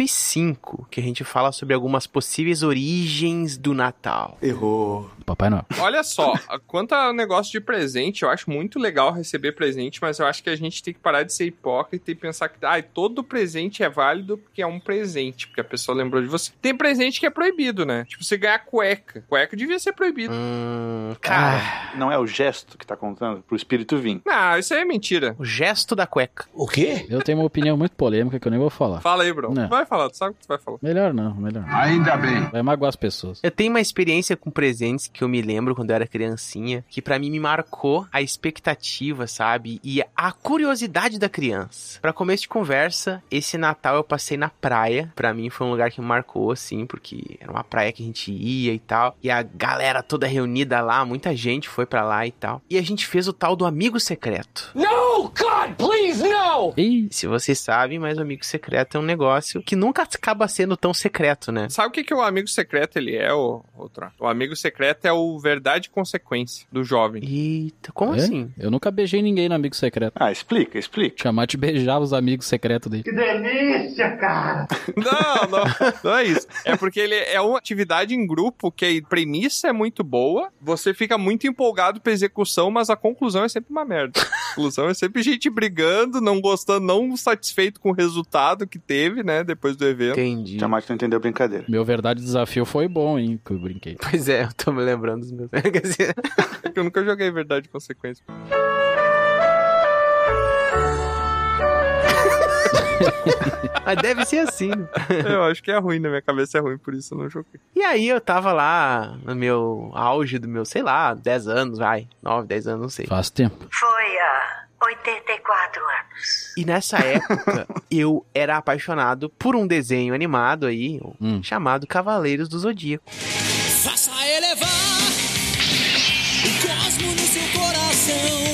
Speaker 3: 105, que a gente fala sobre algumas possíveis origens do Natal.
Speaker 4: Errou.
Speaker 2: Papai Noel.
Speaker 1: Olha só, a- quanto ao negócio de presente, eu acho muito legal receber presente, mas eu acho que a gente tem que parar de ser hipócrita e pensar que ai, todo presente é válido porque é um presente, porque a pessoa lembrou de você. Tem presente que é proibido, né? Tipo, você ganhar cueca. Cueca devia ser proibido.
Speaker 3: Hum, cara,
Speaker 4: Não é o gesto que tá contando? Pro espírito vir.
Speaker 1: Não, isso aí é mentira.
Speaker 3: o gesto da cueca.
Speaker 8: O quê?
Speaker 2: Eu tenho uma opinião muito polêmica que eu nem vou falar.
Speaker 1: Fala aí, bro.
Speaker 2: Não.
Speaker 1: Vai falar, tu sabe o que tu vai falar.
Speaker 2: Melhor não, melhor. Ainda bem. Vai magoar as pessoas.
Speaker 3: Eu tenho uma experiência com presentes que eu me lembro quando eu era criancinha, que pra mim me marcou a expectativa, sabe? E a curiosidade da criança. Pra começo de conversa, esse Natal eu passei na praia. Pra mim foi um lugar que me marcou, assim, porque era uma praia que a gente ia e tal. E a galera toda reunida lá, muita gente foi pra lá e tal. E a gente fez o tal do amigo secreto.
Speaker 8: No, God, please, no!
Speaker 2: Ih,
Speaker 3: E se vocês sabem, mas o amigo secreto é um negócio que nunca acaba sendo tão secreto, né?
Speaker 1: Sabe o que, que o amigo secreto ele é, ô, ô Tron? O amigo secreto é o verdade e consequência do jovem.
Speaker 3: Eita, como
Speaker 2: É?
Speaker 3: assim?
Speaker 2: eu nunca beijei ninguém no amigo secreto.
Speaker 4: Ah, explica, explica.
Speaker 2: Chamar te beijar os amigos secretos dele.
Speaker 1: Não, não, não é isso. É porque ele é uma atividade em grupo que a premissa é muito boa, você fica muito empolgado pra execução, mas a conclusão é sempre uma merda. A conclusão é sempre gente brigando, não gostando, não satisfeito com o resultado que teve, né, depois do evento.
Speaker 3: Entendi.
Speaker 4: Jamais que não entendeu a brincadeira.
Speaker 2: Meu verdade desafio foi bom, hein? Que eu brinquei.
Speaker 3: Pois é, eu tô me lembrando dos meus. Quer dizer,
Speaker 1: É que eu nunca joguei verdade e consequência.
Speaker 3: Mas deve ser assim. né?
Speaker 1: Eu acho que é ruim, na minha cabeça é ruim, por isso eu não joguei.
Speaker 3: E aí eu tava lá no meu auge do meu, sei lá, 10 anos, vai. 9, 10 anos, não sei.
Speaker 2: Faz tempo.
Speaker 9: Foi há 84 anos.
Speaker 3: E nessa época eu era apaixonado por um desenho animado aí,
Speaker 2: Hum.
Speaker 3: chamado Cavaleiros do Zodíaco.
Speaker 8: Faça elevar o cosmo no seu coração.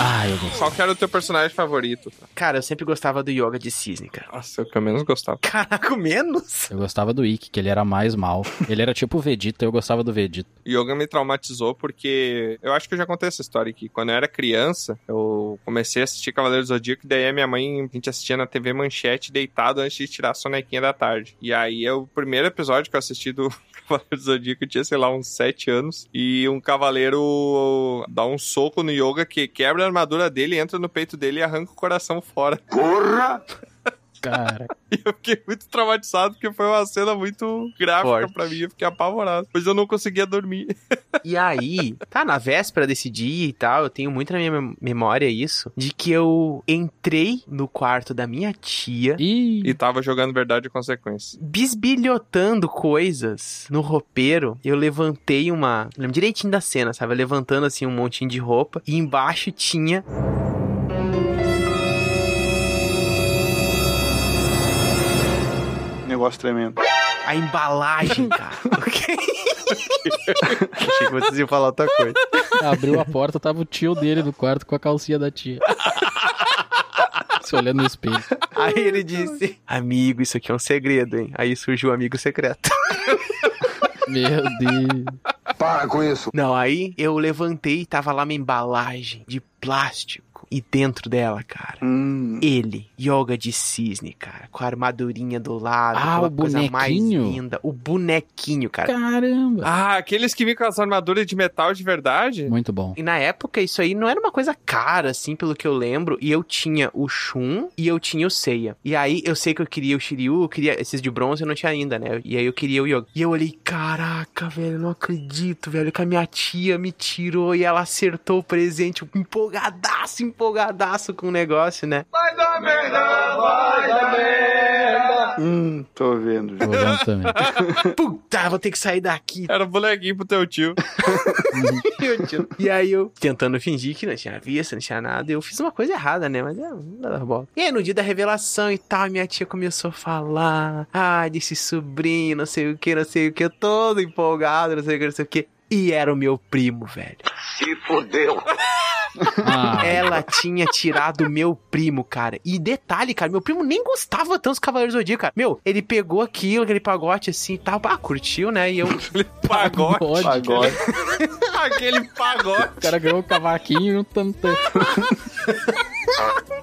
Speaker 2: Ah, eu gosto.
Speaker 1: Qual que era o teu personagem favorito?
Speaker 3: Cara, eu sempre gostava do yoga de cisne, cara.
Speaker 1: Nossa, eu pelo menos gostava.
Speaker 3: Caraca, menos?
Speaker 2: Eu gostava do Ikki, que ele era mais mal. Ele era tipo o Vegeta, eu gostava do Vegeta.
Speaker 1: Yoga me traumatizou porque eu acho que eu já contei essa história aqui. Quando eu era criança, eu comecei a assistir Cavaleiros do Zodíaco, e daí a minha mãe, a gente assistia na TV Manchete deitado antes de tirar a sonequinha da tarde. E aí é o primeiro episódio que eu assisti do Cavaleiros do Zodíaco, eu tinha, sei lá, uns 7 anos, e um cavaleiro dá um soco no Yoga que quebra a armadura dele, entra no peito dele e arranca o coração fora.
Speaker 4: Porra!
Speaker 2: Cara,
Speaker 1: E eu fiquei muito traumatizado porque foi uma cena muito gráfica
Speaker 3: Forte.
Speaker 1: pra mim, eu fiquei apavorado, pois eu não conseguia dormir.
Speaker 3: E aí, tá na véspera desse dia e tal, eu tenho muito na minha mem- memória isso, de que eu entrei no quarto da minha tia
Speaker 2: ih,
Speaker 1: E tava jogando verdade e consequência.
Speaker 3: bisbilhotando coisas no roupeiro, eu levantei uma. Lembro direitinho da cena, sabe? Eu levantando assim um montinho de roupa e embaixo tinha.
Speaker 4: Negócio tremendo.
Speaker 3: A embalagem, cara. ok? Achei que vocês iam falar outra coisa.
Speaker 2: abriu a porta, tava o tio dele no quarto com a calcinha da tia. Se olhando no espelho.
Speaker 3: Aí ele disse: Amigo, isso aqui é um segredo, hein? Aí surgiu o amigo secreto.
Speaker 2: Meu Deus.
Speaker 3: Não, aí eu levantei e tava lá uma embalagem de plástico. E dentro dela, cara.
Speaker 4: Hum.
Speaker 3: Ele, yoga de cisne, cara, com a armadurinha do lado,
Speaker 2: Ah,
Speaker 3: aquela
Speaker 2: o
Speaker 3: coisa mais
Speaker 2: bonequinho.
Speaker 3: linda. O bonequinho, cara.
Speaker 2: Caramba.
Speaker 1: Ah, aqueles que vêm com as armaduras de metal de verdade?
Speaker 2: Muito bom.
Speaker 3: E na época, isso aí não era uma coisa cara, assim, pelo que eu lembro. E eu tinha o Shun e eu tinha o Seiya. E aí, eu sei que eu queria o Shiryu, eu queria... Esses de bronze eu não tinha ainda, né? E aí, eu queria o Yoga. E eu olhei, caraca, velho, eu não acredito, velho, que a minha tia me tirou e ela acertou o presente. Eu Empolgadaço, empolgadaço com o negócio, né?
Speaker 4: Hum, tô vendo. já.
Speaker 2: Tô olhando também.
Speaker 3: Puta, vou ter que sair daqui.
Speaker 1: Era bonequinho pro teu tio.
Speaker 3: Meu Deus. E aí eu, tentando fingir que não tinha visto, não tinha nada, eu fiz uma coisa errada, né? Mas é, não dá bola. E aí no dia da revelação e tal, minha tia começou a falar, ah, desse sobrinho, não sei o que, não sei o que, eu todo empolgado, não sei o que, não sei o que. E era o meu primo, velho.
Speaker 6: Se fudeu.
Speaker 2: Ah,
Speaker 3: Ela tinha tirado meu primo, cara. E detalhe, cara, meu primo nem gostava tanto dos Cavaleiros do Zodíaco, cara. Meu, ele pegou aquilo, aquele pagote assim e tal. Ah, curtiu, né? E eu,
Speaker 1: Pagode.
Speaker 2: pode.
Speaker 4: Agora.
Speaker 1: Aquele pagode.
Speaker 2: O cara ganhou um cavaquinho e um tantã.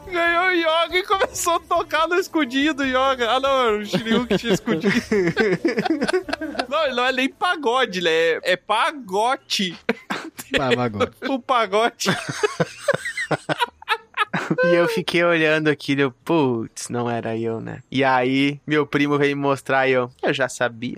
Speaker 1: Ganhou o Yoga e começou a tocar no escudinho do Yoga. Ah, não, era o Shiryu que tinha escudinho. não, ele não é nem pagode, ele é, é pagote.
Speaker 2: Tava agora.
Speaker 1: O pagote.
Speaker 3: E eu fiquei olhando aquilo, eu, putz, não era eu, né? E aí, meu primo veio me mostrar e eu, eu já sabia.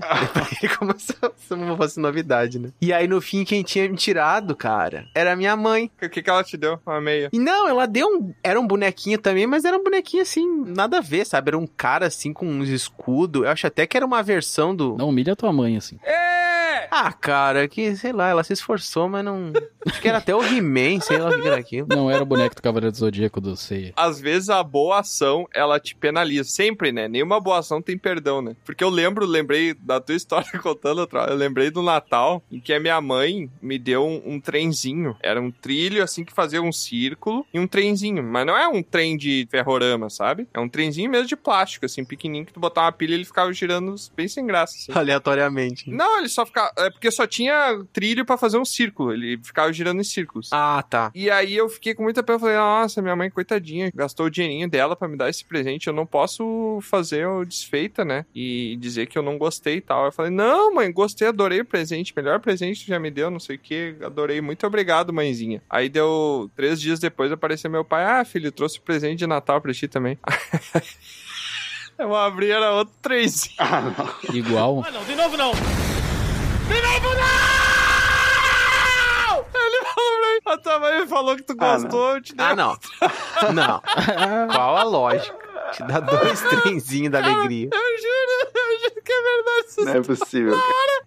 Speaker 3: Ele começou, não fosse novidade, né? E aí, no fim, quem tinha me tirado, cara, era minha mãe.
Speaker 1: O que, que ela te deu? Uma meia.
Speaker 3: E não, ela deu um. Era um bonequinho também, mas era um bonequinho assim, nada a ver, sabe? Era um cara assim com uns escudos. Eu acho até que era uma versão do.
Speaker 2: Não humilha tua mãe, assim.
Speaker 3: Ah, cara, que sei lá, ela se esforçou, mas não. Acho que era até o He-Man, sei lá o que era aquilo.
Speaker 2: Não era o boneco do Cavaleiro do Zodíaco do Seiya.
Speaker 1: Às vezes a boa ação, ela te penaliza. Sempre, né? Nenhuma boa ação tem perdão, né? Porque eu lembro, lembrei da tua história contando, outra hora, eu lembrei do Natal, em que a minha mãe me deu um, um trenzinho. Era um trilho, assim, que fazia um círculo e um trenzinho. Mas não é um trem de ferrorama, sabe? É um trenzinho mesmo de plástico, assim, pequenininho, que tu botava uma pilha e ele ficava girando bem sem graça, assim.
Speaker 3: Aleatoriamente.
Speaker 1: Não, ele só ficava... É porque só tinha trilho pra fazer um círculo. Ele ficava girando em círculos.
Speaker 3: Ah, tá.
Speaker 1: E aí eu fiquei com muita pena, falei, nossa, minha mãe, coitadinha, gastou o dinheirinho dela pra me dar esse presente, eu não posso fazer o desfeita, né? E dizer que eu não gostei e tal. Eu falei, não, mãe, gostei, adorei o presente, melhor presente que já me deu, não sei o que, adorei, muito obrigado, mãezinha. Aí deu três dias depois, apareceu meu pai, ah, filho, trouxe o presente de Natal pra ti também. Eu abri, era outro três.
Speaker 2: Igual.
Speaker 1: Ele falou pra mim, "Ah, a tua mãe me falou que tu
Speaker 4: Ah,
Speaker 1: gostou, eu te dei.
Speaker 3: Ah, não. Não. Qual a lógica? Te dá dois trenzinhos da alegria.
Speaker 1: Eu juro, eu juro que é verdade. isso
Speaker 4: Não é possível. cara.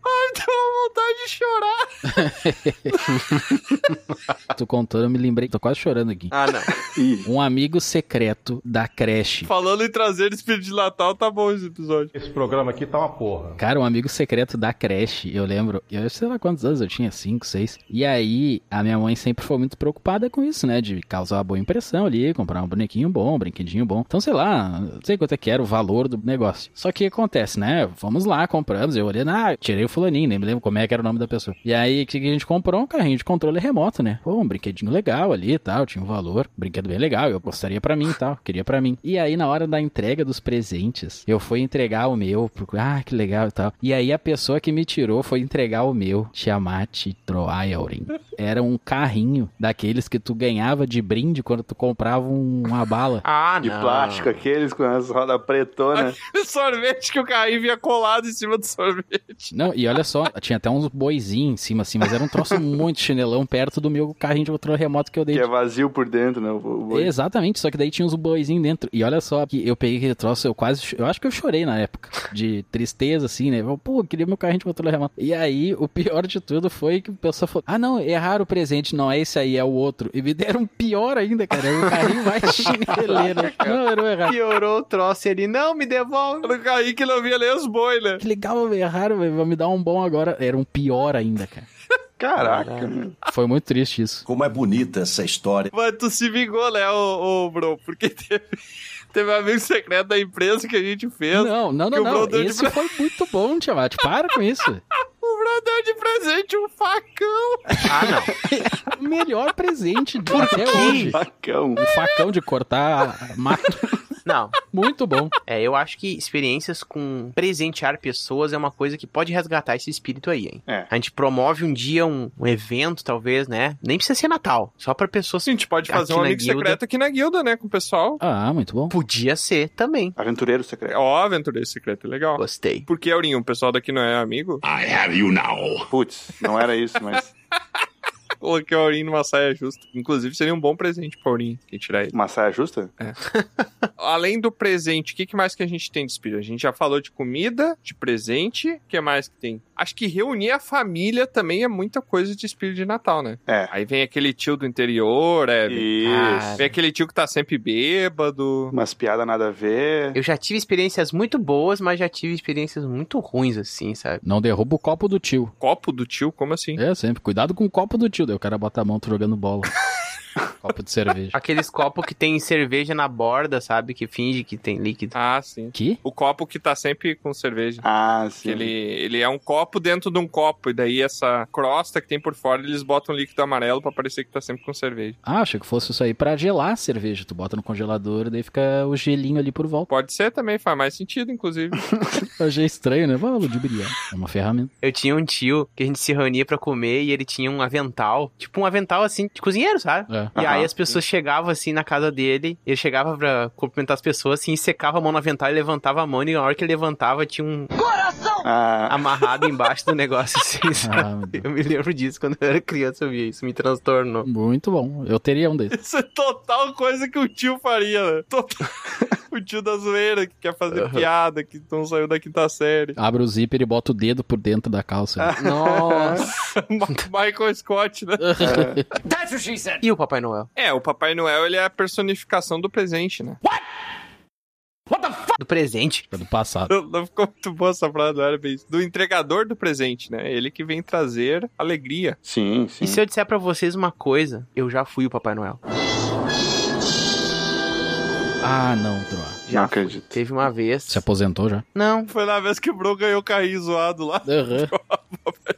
Speaker 1: Ai, deu uma vontade de chorar.
Speaker 2: Tu contando, eu me lembrei. Tô quase chorando aqui.
Speaker 3: Ah, não.
Speaker 4: Ih,
Speaker 2: Um amigo secreto da creche.
Speaker 1: Falando em trazer espírito de Natal, tá bom esse episódio.
Speaker 6: Esse programa aqui tá uma porra.
Speaker 2: Cara, um amigo secreto da creche, eu lembro. Eu sei lá quantos anos eu tinha, cinco, seis. E aí, a minha mãe sempre foi muito preocupada com isso, né? De causar uma boa impressão ali, comprar um bonequinho bom, um brinquedinho bom. Então, sei lá, não sei quanto é que era o valor do negócio. Só que o que acontece, né? Vamos lá, compramos. Eu olhei, ah, tirei o fulaninho, nem me lembro como é que era o nome da pessoa. E aí, o que que a gente comprou? Um carrinho de controle remoto, né? Pô, um brinquedinho legal ali e tal, tinha um valor. Um brinquedo bem legal, eu gostaria pra mim e tal, queria pra mim. E aí, na hora da entrega dos presentes, eu fui entregar o meu, pro... ah, que legal e tal. E aí, a pessoa que me tirou foi entregar o meu, Tiamat Troaiaurin. Era um carrinho daqueles que tu ganhava de brinde quando tu comprava um- uma bala.
Speaker 3: Ah, não.
Speaker 4: de plástico, aqueles com as rodas pretonas.
Speaker 1: sorvete que o carrinho vinha colado em cima do sorvete.
Speaker 2: Não, e olha só, tinha até uns boizinhos em cima, assim, mas era um troço muito chinelão perto do meu carrinho de controle remoto que eu dei
Speaker 4: Que
Speaker 2: de
Speaker 4: é vazio por dentro, né? O boi.
Speaker 2: Exatamente, só que daí tinha uns boizinhos dentro. E olha só, que eu peguei aquele troço, eu quase. cho- Eu acho que eu chorei na época. De tristeza, assim, né? Eu, Pô, eu queria meu carrinho de controle remoto. E aí, o pior de tudo foi que o pessoal falou: Ah, não, erraram o presente, não é esse aí, é o outro. E me deram um pior ainda, cara. Era um carrinho mais chineleiro. Não, era o errado.
Speaker 3: Piorou o troço e ele, não, me devolve.
Speaker 1: Era o carrinho que não via nem os boi, né?
Speaker 2: Que legal, erraram, velho. Vai me dar um bom agora. Era um pior ainda, cara.
Speaker 4: Caraca, meu.
Speaker 2: Foi muito triste isso.
Speaker 6: Como é bonita essa história.
Speaker 1: Mas tu se vingou, né, ô, ô bro? Porque teve, teve um amigo secreto da empresa que a gente fez.
Speaker 2: Não, não,
Speaker 1: que o
Speaker 2: não, não.
Speaker 1: Brodão de
Speaker 2: Esse foi muito bom, Tiamat. Para com isso.
Speaker 1: O bro deu de presente um facão.
Speaker 3: Ah, não.
Speaker 2: O melhor presente de até hoje.
Speaker 4: Facão.
Speaker 2: Um facão de cortar mato.
Speaker 3: Não.
Speaker 2: Muito bom.
Speaker 3: É, eu acho que experiências com presentear pessoas é uma coisa que pode resgatar esse espírito aí, hein?
Speaker 4: É.
Speaker 3: A gente promove um dia um, um evento, talvez, né? Nem precisa ser Natal. Só pra pessoas.
Speaker 1: Sim, a gente pode fazer
Speaker 3: Aqui
Speaker 1: um
Speaker 3: na
Speaker 1: amigo
Speaker 3: guilda.
Speaker 1: secreto aqui na guilda, né, com o pessoal. É,
Speaker 2: Ah, muito bom.
Speaker 3: Podia ser também.
Speaker 4: Aventureiro secreto.
Speaker 1: Ó, aventureiro secreto, é legal.
Speaker 3: Gostei.
Speaker 1: Por que, Aurinho? O pessoal daqui não é amigo?
Speaker 6: I have you now.
Speaker 4: Putz, não era isso, mas
Speaker 1: Coloquei o Aurinho numa saia justa. Inclusive, seria um bom presente pro Aurinho, que tirar ele.
Speaker 4: uma saia justa?
Speaker 1: além do presente, o que, que mais que a gente tem de espírito? A gente já falou de comida, de presente, o que mais que tem? Acho que reunir a família também é muita coisa de espírito de Natal, né?
Speaker 4: É.
Speaker 1: Aí vem aquele tio do interior, é,
Speaker 4: Isso.
Speaker 1: vem aquele tio que tá sempre bêbado.
Speaker 4: Umas piadas nada a ver.
Speaker 3: Eu já tive experiências muito boas, mas já tive experiências muito ruins, assim, sabe?
Speaker 2: Não derruba o copo do tio.
Speaker 1: Copo do tio, como assim?
Speaker 2: É, sempre. Cuidado com o copo do tio. Daí o cara bota a mão tu jogando bola. copo de cerveja.
Speaker 3: Aqueles copos que tem cerveja na borda, sabe? Que finge que tem líquido.
Speaker 1: Ah, sim.
Speaker 2: Que?
Speaker 1: O copo que tá sempre com cerveja.
Speaker 4: Ah,
Speaker 1: Que
Speaker 4: sim.
Speaker 1: Ele, ele é um copo dentro de um copo, e daí essa crosta que tem por fora, eles botam um líquido amarelo pra parecer que tá sempre com cerveja.
Speaker 2: Ah, achei que fosse isso aí pra gelar a cerveja. Tu bota no congelador, daí fica o gelinho ali por volta.
Speaker 1: Pode ser também, faz mais sentido, inclusive.
Speaker 2: Achei estranho, né? Vamos ludibriar. É uma ferramenta.
Speaker 3: Eu tinha um tio que a gente se reunia pra comer e ele tinha um avental. Tipo um avental, assim, de cozinheiro, sabe?
Speaker 2: É.
Speaker 3: E aí
Speaker 4: Aham.
Speaker 3: as pessoas chegavam assim na casa dele, ele chegava pra cumprimentar as pessoas assim, e secava a mão no avental e levantava a mão, e na hora que ele levantava tinha um
Speaker 4: Ah,
Speaker 3: amarrado embaixo do negócio assim, sabe?
Speaker 2: Ah, meu Deus.
Speaker 3: Eu me lembro disso quando eu era criança, eu via isso, me transtornou.
Speaker 2: Muito bom. Eu teria um desses.
Speaker 1: Isso é total coisa que o tio faria, né? Total- o tio da zoeira que quer fazer piada, que não saiu da quinta série.
Speaker 2: Abre o zíper e bota o dedo por dentro da calça.
Speaker 3: Nossa!
Speaker 1: Ma- Michael Scott, né?
Speaker 8: That's what she said.
Speaker 3: e o Papai Noel?
Speaker 1: É, o Papai Noel, ele é a personificação do presente, né?
Speaker 3: Do presente?
Speaker 2: Do passado.
Speaker 1: Não, não ficou muito boa essa frase, não era bem isso. Do entregador do presente, né? Ele que vem trazer alegria.
Speaker 4: sim, sim.
Speaker 3: E se eu disser pra vocês uma coisa, eu já fui o Papai Noel.
Speaker 2: Ah, não, Troa.
Speaker 3: Já
Speaker 4: Não
Speaker 3: fui.
Speaker 4: acredito.
Speaker 3: Teve uma vez.
Speaker 2: Se aposentou já?
Speaker 3: Não,
Speaker 1: Foi na vez que o Bro ganhou o carrinho zoado lá.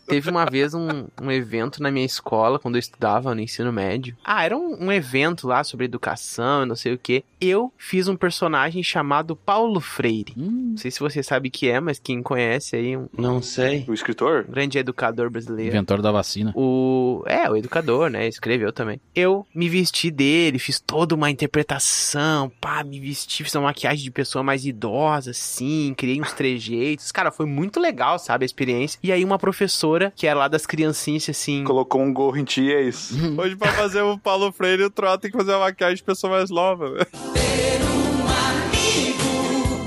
Speaker 3: Teve uma vez um, um evento na minha escola, quando eu estudava no ensino médio. Ah, era um, um evento lá sobre educação, não sei o quê. Eu fiz um personagem chamado Paulo Freire.
Speaker 2: Hum,
Speaker 3: Não sei se você sabe que é, mas quem conhece aí, um
Speaker 4: O escritor?
Speaker 3: grande educador brasileiro.
Speaker 2: inventor da vacina.
Speaker 3: O. É, o educador, né? Escreveu também. Eu me vesti dele, fiz toda uma interpretação, pá, me vesti, fiz uma maquiagem de pessoa mais idosa, assim, criei uns trejeitos. Cara, foi muito legal, sabe, a experiência. E aí uma professora, que era lá das criancinhas, assim.
Speaker 4: Colocou um gorro em ti, é isso.
Speaker 1: Hoje, pra fazer o Paulo Freire, o Troá tem que fazer uma maquiagem de pessoa mais nova. né?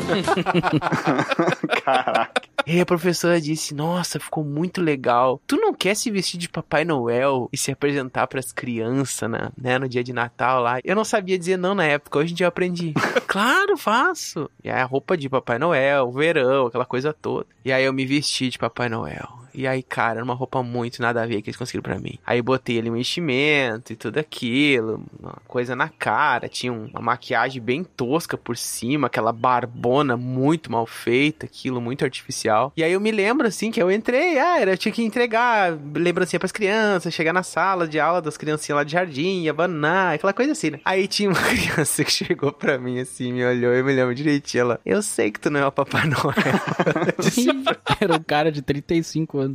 Speaker 4: Caraca.
Speaker 3: E a professora disse: Nossa, ficou muito legal. Tu não quer se vestir de Papai Noel e se apresentar pras crianças, né? né, No dia de Natal lá. Eu não sabia dizer não na época, hoje em dia eu aprendi. claro, faço. E aí a roupa de Papai Noel, verão, aquela coisa toda. E aí eu me vesti de Papai Noel. E aí, cara, era uma roupa muito nada a ver que eles conseguiram pra mim. Aí botei ali um enchimento e tudo aquilo, uma coisa na cara, tinha um- uma maquiagem bem tosca por cima, aquela barbona muito mal feita, aquilo muito artificial. E aí eu me lembro assim que eu entrei, ah, era, eu tinha que entregar lembrancinha pras crianças, chegar na sala de aula das criancinhas lá de jardim, abanar, aquela coisa assim, né? Aí tinha uma criança que chegou pra mim assim, me olhou, eu me lembro direitinho, ela, eu sei que tu não é o Papai Noel.
Speaker 2: Era um cara de 35 anos.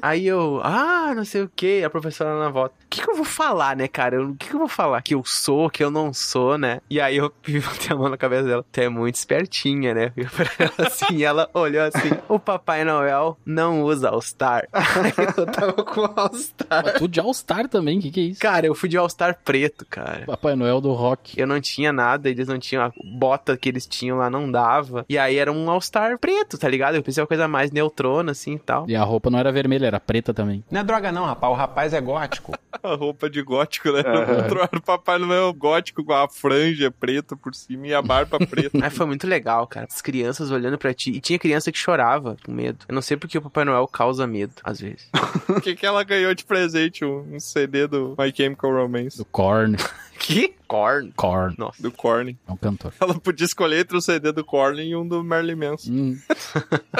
Speaker 3: Aí eu, ah, não sei o que, a professora na volta. O que, que eu vou falar, né, cara? Eu- O que, que eu vou falar? Que eu sou, que eu não sou, né? E aí eu botei a mão na cabeça dela. Tu é muito espertinha, né? Eu falei pra ela assim, e ela olhou assim: o Papai Noel não usa All-Star. Aí eu tava com All-Star.
Speaker 2: Mas tu de All-Star também, que que é isso?
Speaker 3: Cara, eu fui de All-Star preto, cara.
Speaker 2: Papai Noel do rock.
Speaker 3: Eu não tinha nada, eles não tinham. A bota que eles tinham lá não dava. E aí era um All-Star preto, tá ligado? Eu pensei uma coisa mais neutrona, assim e tal.
Speaker 2: E a roupa não era vermelha, era preta também.
Speaker 5: Não é droga não, rapaz. O rapaz é gótico.
Speaker 1: A roupa de gótico, né? Troaram o Papai Noel gótico com a franja preta por cima e a barba preta.
Speaker 3: Mas foi muito legal, cara. As crianças olhando pra ti. E tinha criança que chorava com medo. Eu não sei porque o Papai Noel causa medo, às vezes.
Speaker 1: O que, que ela ganhou de presente? Um, um CD do My Chemical Romance,
Speaker 2: Do Korn.
Speaker 3: que? Corn.
Speaker 2: Korn.
Speaker 3: Nossa.
Speaker 1: do Corny.
Speaker 2: É um cantor.
Speaker 1: Ela podia escolher entre um CD do Corny e um do Merlin Manson.
Speaker 2: Hum,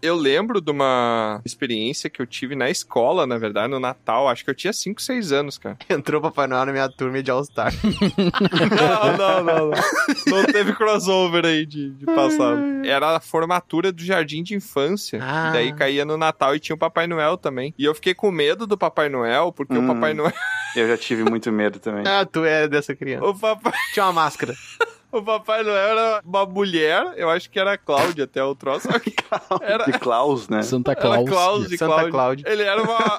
Speaker 1: Eu lembro de uma experiência que eu tive na escola, na verdade, no Natal. Acho que eu tinha 5, 6 anos, cara.
Speaker 3: Entrou o Papai Noel na minha turma de All-Star.
Speaker 1: Não, não, não, não. Não teve crossover aí de, de passado. Era a formatura do jardim de infância.
Speaker 3: Ah.
Speaker 1: E daí caía no Natal e tinha o Papai Noel também. E eu fiquei com medo do Papai Noel, porque o
Speaker 4: Hum.
Speaker 1: Papai Noel.
Speaker 4: Eu já tive muito medo também.
Speaker 3: ah, tu era dessa criança.
Speaker 1: O Papai,
Speaker 3: Tinha uma máscara.
Speaker 1: o Papai Noel era uma mulher, eu acho que era a Cláudia até o troço. Só que Era,
Speaker 4: De Klaus, né?
Speaker 2: Santa
Speaker 1: era
Speaker 2: Claus.
Speaker 1: Klaus de
Speaker 3: Santa
Speaker 1: Cláudia.
Speaker 3: Cláudia.
Speaker 1: Ele era uma.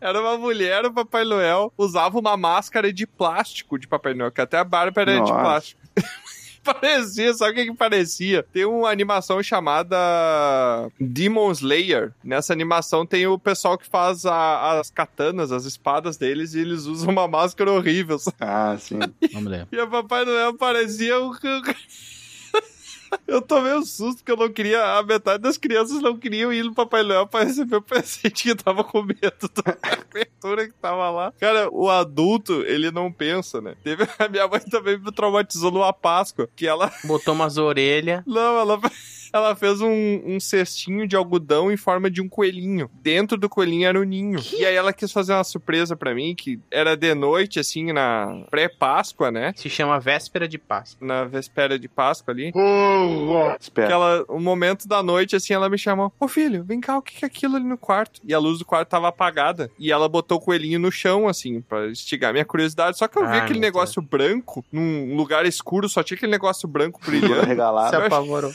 Speaker 1: Era uma mulher, o Papai Noel usava uma máscara de plástico de Papai Noel, que até a barba era de
Speaker 4: Nossa.
Speaker 1: plástico. Parecia, sabe o que, que parecia? Tem uma animação chamada Demon Slayer. Nessa animação tem o pessoal que faz a- as katanas, as espadas deles, e eles usam uma máscara horrível. sabe?
Speaker 4: Ah, sim.
Speaker 2: Vamos ler.
Speaker 1: E a Papai Noel parecia um. Eu tomei um susto porque eu não queria. A metade das crianças não queriam ir no Papai Noel pra receber o presente que tava com medo da abertura que tava lá. Cara, o adulto, ele não pensa, né? Teve... A minha mãe também me traumatizou numa Páscoa, que ela.
Speaker 3: Botou umas orelhas.
Speaker 1: Não, ela. Ela fez um, um cestinho de algodão em forma de um coelhinho. Dentro do coelhinho era o ninho. E aí ela quis fazer uma surpresa pra mim, que era de noite, assim, na pré-Páscoa, né?
Speaker 3: Se chama Véspera de Páscoa.
Speaker 1: na véspera de Páscoa ali. Que
Speaker 4: Espera.
Speaker 1: ela, um momento da noite, assim, ela me chamou: Ô filho, vem cá, o que que é aquilo ali no quarto? E a luz do quarto tava apagada. E ela botou o coelhinho no chão, assim, pra instigar minha curiosidade. Só que eu vi
Speaker 3: Ai,
Speaker 1: aquele
Speaker 3: meu
Speaker 1: negócio branco num lugar escuro, só tinha aquele negócio branco brilhando.
Speaker 3: Se
Speaker 4: Regalado.
Speaker 3: apavorou.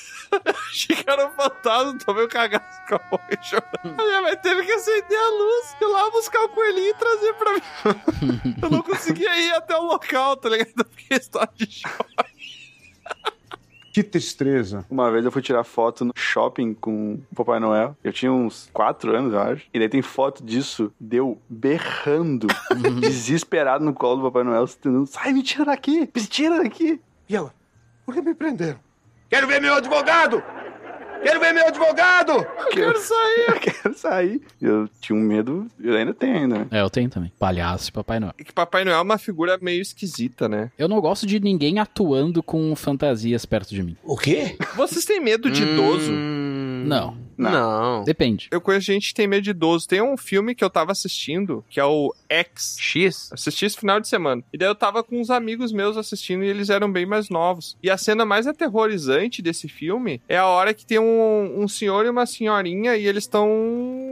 Speaker 1: Achei que era um fantasma, tomei um cagaço com a mão e chorando. A minha mãe teve que acender a luz, ir lá buscar o coelhinho e trazer pra mim. Eu não conseguia ir até o local, tá ligado? Porque estava de choque.
Speaker 5: Que tristeza.
Speaker 4: Uma vez eu fui tirar foto no shopping com o Papai Noel. Eu tinha uns 4 anos, eu acho. E daí tem foto disso, deu berrando, desesperado no colo do Papai Noel, se tentando, sai, me tira daqui, me tira daqui.
Speaker 5: E ela? Por que me prenderam?
Speaker 6: Quero ver meu advogado! Quero ver meu advogado!
Speaker 1: Quero sair.
Speaker 4: Eu quero sair. Eu tinha um medo, eu ainda tenho ainda, né?
Speaker 2: É, eu tenho também. Palhaço e Papai Noel.
Speaker 1: É que Papai Noel é uma figura meio esquisita, né?
Speaker 2: Eu não gosto de ninguém atuando com fantasias perto de mim.
Speaker 5: O quê?
Speaker 1: Vocês têm medo de idoso?
Speaker 3: Hum,
Speaker 2: Não,
Speaker 4: Não.
Speaker 3: Não.
Speaker 2: depende.
Speaker 1: Eu conheço gente que tem medo de idoso. Tem um filme que eu tava assistindo, que é o X.
Speaker 3: X?
Speaker 1: Assisti esse final de semana. E daí eu tava com uns amigos meus assistindo e eles eram bem mais novos. E a cena mais aterrorizante desse filme é a hora que tem um, um senhor e uma senhorinha e eles estão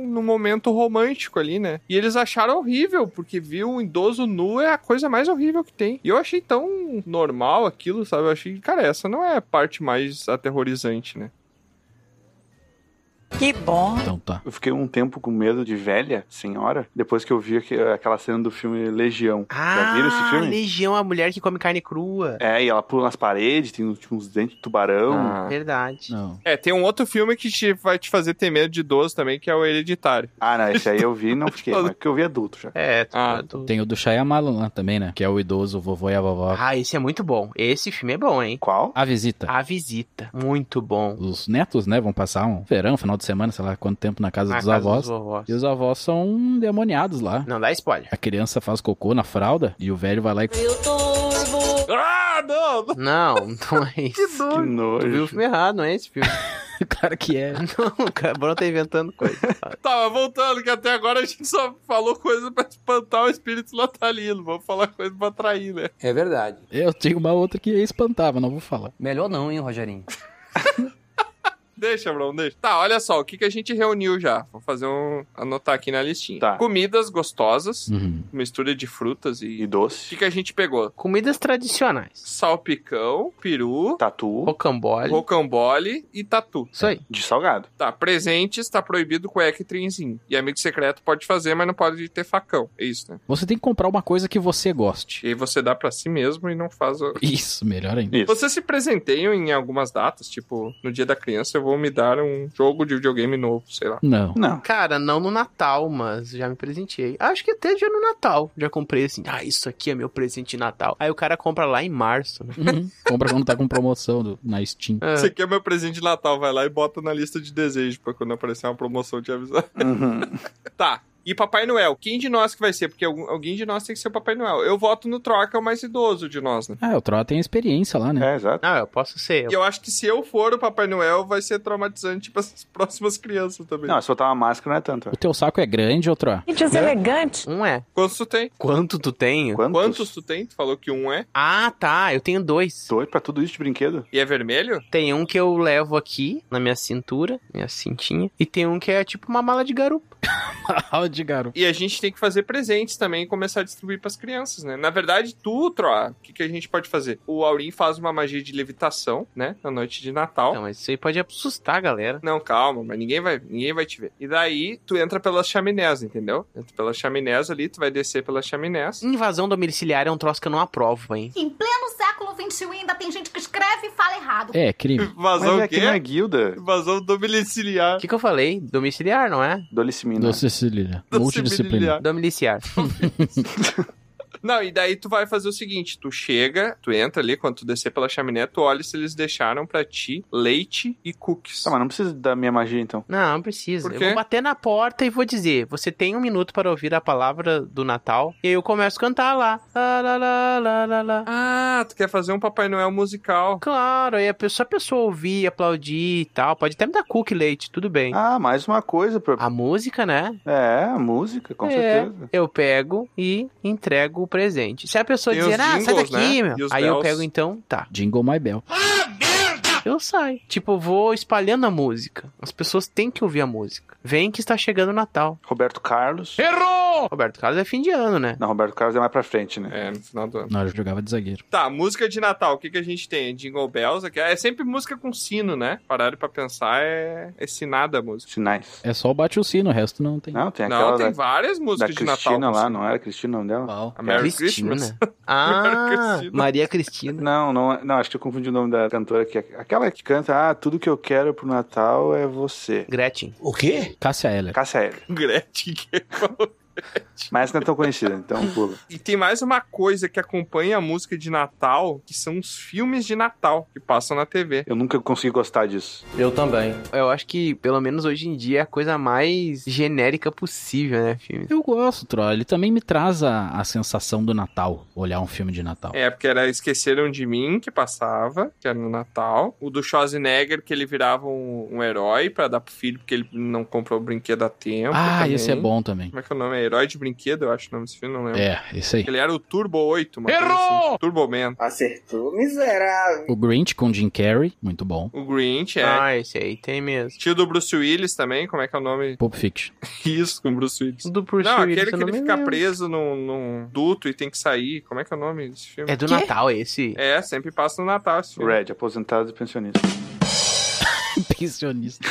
Speaker 1: num momento romântico ali, né? E eles acharam horrível, porque viu um idoso nu é a coisa mais horrível que tem. E eu achei tão normal aquilo, sabe? Eu achei, cara, essa não é a parte mais aterrorizante, né?
Speaker 9: Que bom.
Speaker 2: Então tá.
Speaker 4: Eu fiquei um tempo com meado de velha, senhora, depois que eu vi aque- aquela cena do filme Legião. Já viram esse filme?
Speaker 3: Ah, Legião, a mulher que come carne crua.
Speaker 4: É, e ela pula nas paredes, tem uns- tipo, uns dentes de tubarão. Ah,
Speaker 3: Verdade.
Speaker 2: Não.
Speaker 1: É, tem um outro filme que te- vai te fazer ter medo de idoso também, que é o Hereditário.
Speaker 4: Ah, não, esse aí eu vi e não fiquei, mas porque eu vi adulto já.
Speaker 3: É, tu-
Speaker 1: Ah.
Speaker 3: tu-
Speaker 2: Tem o do Shyamalan lá também, né? Que é o idoso, o vovô e a vovó.
Speaker 3: Ah, esse é muito bom. Esse filme é bom, hein?
Speaker 4: Qual?
Speaker 2: A visita.
Speaker 3: A Visita. Muito bom.
Speaker 2: Os netos, né, vão passar um verão, final de semana, sei lá quanto tempo na Ah, casa
Speaker 3: Na
Speaker 2: dos
Speaker 3: casa
Speaker 2: avós.
Speaker 3: dos vovós.
Speaker 2: E os avós são demoniados lá.
Speaker 3: Não dá spoiler.
Speaker 2: A criança faz cocô na fralda e o velho vai lá e.
Speaker 1: Ah, não!
Speaker 3: Não, não é isso. Tu viu
Speaker 4: Que
Speaker 3: o
Speaker 4: nojo.
Speaker 3: filme errado, não é esse filme.
Speaker 2: claro que é.
Speaker 3: não, o cabrão tá inventando coisa.
Speaker 1: Tá, mas voltando, que até agora a gente só falou coisa pra espantar o espírito natalino. Vamos falar coisa pra atrair, né?
Speaker 5: É verdade.
Speaker 2: Eu tinha uma outra que espantava, não vou falar.
Speaker 8: Melhor não, hein, Rogerinho?
Speaker 1: Deixa, Bruno, deixa. Tá, olha só, o que, que a gente reuniu já. Vou fazer um. anotar aqui na listinha.
Speaker 4: Tá.
Speaker 1: Comidas gostosas,
Speaker 2: Uhum.
Speaker 1: mistura de frutas e.
Speaker 4: E
Speaker 1: O
Speaker 4: doce,
Speaker 1: que, que a gente pegou?
Speaker 3: Comidas tradicionais.
Speaker 1: Salpicão, peru,
Speaker 4: tatu
Speaker 3: Rocambole.
Speaker 1: rocambole e tatu.
Speaker 3: Isso aí.
Speaker 4: de salgado.
Speaker 1: Tá, presentes, tá proibido cueca e trenzinho. E amigo secreto pode fazer, mas não pode ter facão. É isso, né?
Speaker 2: Você tem que comprar uma coisa que você goste.
Speaker 1: E aí você dá pra si mesmo e não faz o.
Speaker 2: Isso, melhor ainda.
Speaker 4: Isso.
Speaker 1: Vocês se presenteiam em algumas datas, tipo, no dia da criança eu vou me dar um jogo de videogame novo, sei lá.
Speaker 2: Não.
Speaker 4: Não.
Speaker 3: Cara, não no Natal, mas já me presenteei. Acho que até já no Natal. Já comprei assim, ah, isso aqui é meu presente de Natal. Aí o cara compra lá em março, né?
Speaker 2: Uhum. Compra quando tá com promoção do- na Steam.
Speaker 3: Ah,
Speaker 1: Esse aqui é meu presente de Natal, vai lá e bota na lista de desejo pra quando aparecer uma promoção te avisar.
Speaker 4: Uhum.
Speaker 1: Tá. E Papai Noel, quem de nós que vai ser? Porque algum- alguém de nós tem que ser o Papai Noel. Eu voto no Troca, é o mais idoso de nós, né?
Speaker 2: Ah, o Troll tem experiência lá, né?
Speaker 4: É, exato.
Speaker 3: Não, eu posso ser.
Speaker 1: E eu acho que se eu for o Papai Noel, vai ser traumatizante para as próximas crianças também.
Speaker 4: Não, se botar uma máscara não é tanto.
Speaker 2: O teu saco é grande, ô Troll?
Speaker 9: Gente, os elegantes.
Speaker 3: Um é.
Speaker 1: Quantos tu tem?
Speaker 3: Quanto tu tem?
Speaker 4: Quantos?
Speaker 1: Quantos tu tem? Tu falou que um é.
Speaker 3: Ah, tá. Eu tenho dois.
Speaker 4: Dois pra tudo isso de brinquedo?
Speaker 1: E é vermelho?
Speaker 3: Tem um que eu levo aqui na minha cintura, minha cintinha. E tem um que é tipo uma mala de garupa.
Speaker 2: Mal de garoto.
Speaker 1: E a gente tem que fazer presentes também e começar a distribuir pras crianças, né? Na verdade, tu, Troa, o que, que a gente pode fazer? O Aurim faz uma magia de levitação, né? Na noite de Natal.
Speaker 3: Não, mas Então, isso aí pode assustar a galera.
Speaker 1: Não, calma, mas ninguém vai, ninguém vai te ver. E daí, tu entra pelas chaminés, entendeu? Entra pelas chaminés ali, tu vai descer pelas chaminés.
Speaker 3: Invasão domiciliar é um troço que eu não aprovo, hein?
Speaker 10: Em pleno século XXI ainda tem gente que escreve e fala errado.
Speaker 2: É, crime.
Speaker 1: Vazou
Speaker 4: Mas
Speaker 1: o
Speaker 4: aqui
Speaker 1: quê?
Speaker 4: na guilda,
Speaker 1: Vazou
Speaker 3: O
Speaker 1: domiciliar.
Speaker 3: que, que eu falei? Domiciliar, não é?
Speaker 4: Dolicimina.
Speaker 2: Do Cecília.
Speaker 1: Do
Speaker 2: Multidisciplinar.
Speaker 1: Cecília.
Speaker 3: Domiciliar.
Speaker 1: Não, e daí tu vai fazer o seguinte, tu chega, tu entra ali, quando tu descer pela chaminé, tu olha se eles deixaram pra ti leite e cookies.
Speaker 4: Tá, mas não precisa da minha magia, então.
Speaker 3: Não, não precisa.
Speaker 1: Por
Speaker 3: Eu
Speaker 1: quê?
Speaker 3: vou bater na porta e vou dizer: você tem um minuto para ouvir a palavra do Natal. E aí eu começo a cantar lá. Lá, lá, lá, lá, lá, lá.
Speaker 1: Ah, tu quer fazer um Papai Noel musical.
Speaker 3: Claro, aí a pessoa, a pessoa ouvir, aplaudir e tal. Pode até me dar cookie leite, tudo bem.
Speaker 4: Ah, mais uma coisa pra...
Speaker 3: A música, né?
Speaker 4: É, a música, com
Speaker 3: É.
Speaker 4: certeza.
Speaker 3: Eu pego e entrego o presente. Se a pessoa
Speaker 1: Tem
Speaker 3: dizer,
Speaker 1: os
Speaker 3: ah, sai
Speaker 1: jingles,
Speaker 3: daqui,
Speaker 1: né? E
Speaker 3: meu.
Speaker 1: os
Speaker 3: Aí eu
Speaker 1: bells.
Speaker 3: pego então, tá.
Speaker 2: Jingle My Bell.
Speaker 3: Eu saio. Tipo, eu vou espalhando a música. As pessoas têm que ouvir a música. Vem que está chegando o Natal.
Speaker 4: Roberto Carlos.
Speaker 3: É. Roberto Carlos é fim de ano, né?
Speaker 4: Não, Roberto Carlos é mais pra frente, né?
Speaker 1: É, no final do ano.
Speaker 2: Não, eu jogava de zagueiro.
Speaker 1: Tá, música de Natal, o que, que a gente tem? Jingle Bells, aqui. é sempre música com sino, né? Pararam pra pensar, é, é sinada a música.
Speaker 4: Sinais.
Speaker 2: É só bate o sino, o resto não tem.
Speaker 4: Não, tem aquela
Speaker 1: Não, tem
Speaker 4: da,
Speaker 1: várias
Speaker 4: da
Speaker 1: músicas de Natal.
Speaker 4: Cristina
Speaker 1: com
Speaker 4: lá,
Speaker 1: sino.
Speaker 4: não era Cristina o nome dela?
Speaker 2: Qual?
Speaker 1: A Merry
Speaker 3: Cristina.
Speaker 1: Christmas.
Speaker 3: Ah,
Speaker 1: Cristina.
Speaker 3: Maria Cristina.
Speaker 4: Não, não, é- não, acho que eu confundi o nome da cantora que é- aquela que canta, ah, tudo que eu quero pro Natal é você.
Speaker 3: Gretchen.
Speaker 5: O quê?
Speaker 2: Cássia Heller.
Speaker 4: Cássia Eller.
Speaker 1: Gretchen. que falou.
Speaker 4: Mas essa não é tão conhecida, então pula.
Speaker 1: E tem mais uma coisa que acompanha a música de Natal, que são os filmes de Natal que passam na TV.
Speaker 4: Eu nunca consegui gostar disso.
Speaker 8: Eu também.
Speaker 3: Eu acho que, pelo menos hoje em dia, é a coisa mais genérica possível, né, filme?
Speaker 2: Eu gosto, Troll. Ele também me traz a, a sensação do Natal, olhar um filme de Natal.
Speaker 1: É, porque era Esqueceram de Mim, que passava, que era no Natal. O do Schwarzenegger, que ele virava um, um herói pra dar pro filho, porque ele não comprou o brinquedo a tempo.
Speaker 2: ah,
Speaker 1: também.
Speaker 2: esse é bom também.
Speaker 1: Como é que é o nome? É Herói de Brinquedo, eu acho o nome desse filme, não lembro.
Speaker 2: É, esse aí.
Speaker 1: Ele era o Turbo 8, mano. Errou! assim. Turbo Man.
Speaker 6: Acertou, miserável.
Speaker 2: O Grinch com Jim Carrey, muito bom.
Speaker 1: O Grinch, é.
Speaker 3: Ah, esse aí tem mesmo.
Speaker 1: Tio do Bruce Willis também, como é que é o nome?
Speaker 2: Pulp Fiction.
Speaker 1: Isso, com o Bruce Willis.
Speaker 3: Do Bruce
Speaker 1: não,
Speaker 3: Willis,
Speaker 1: aquele
Speaker 3: eu
Speaker 1: que ele
Speaker 3: me
Speaker 1: fica
Speaker 3: lembro.
Speaker 1: preso num, num duto e tem que sair. Como é que é o nome desse filme?
Speaker 3: É do Natal esse.
Speaker 1: É, sempre passa no Natal esse filme.
Speaker 4: Red, aposentado e pensionista.
Speaker 2: Pensionista.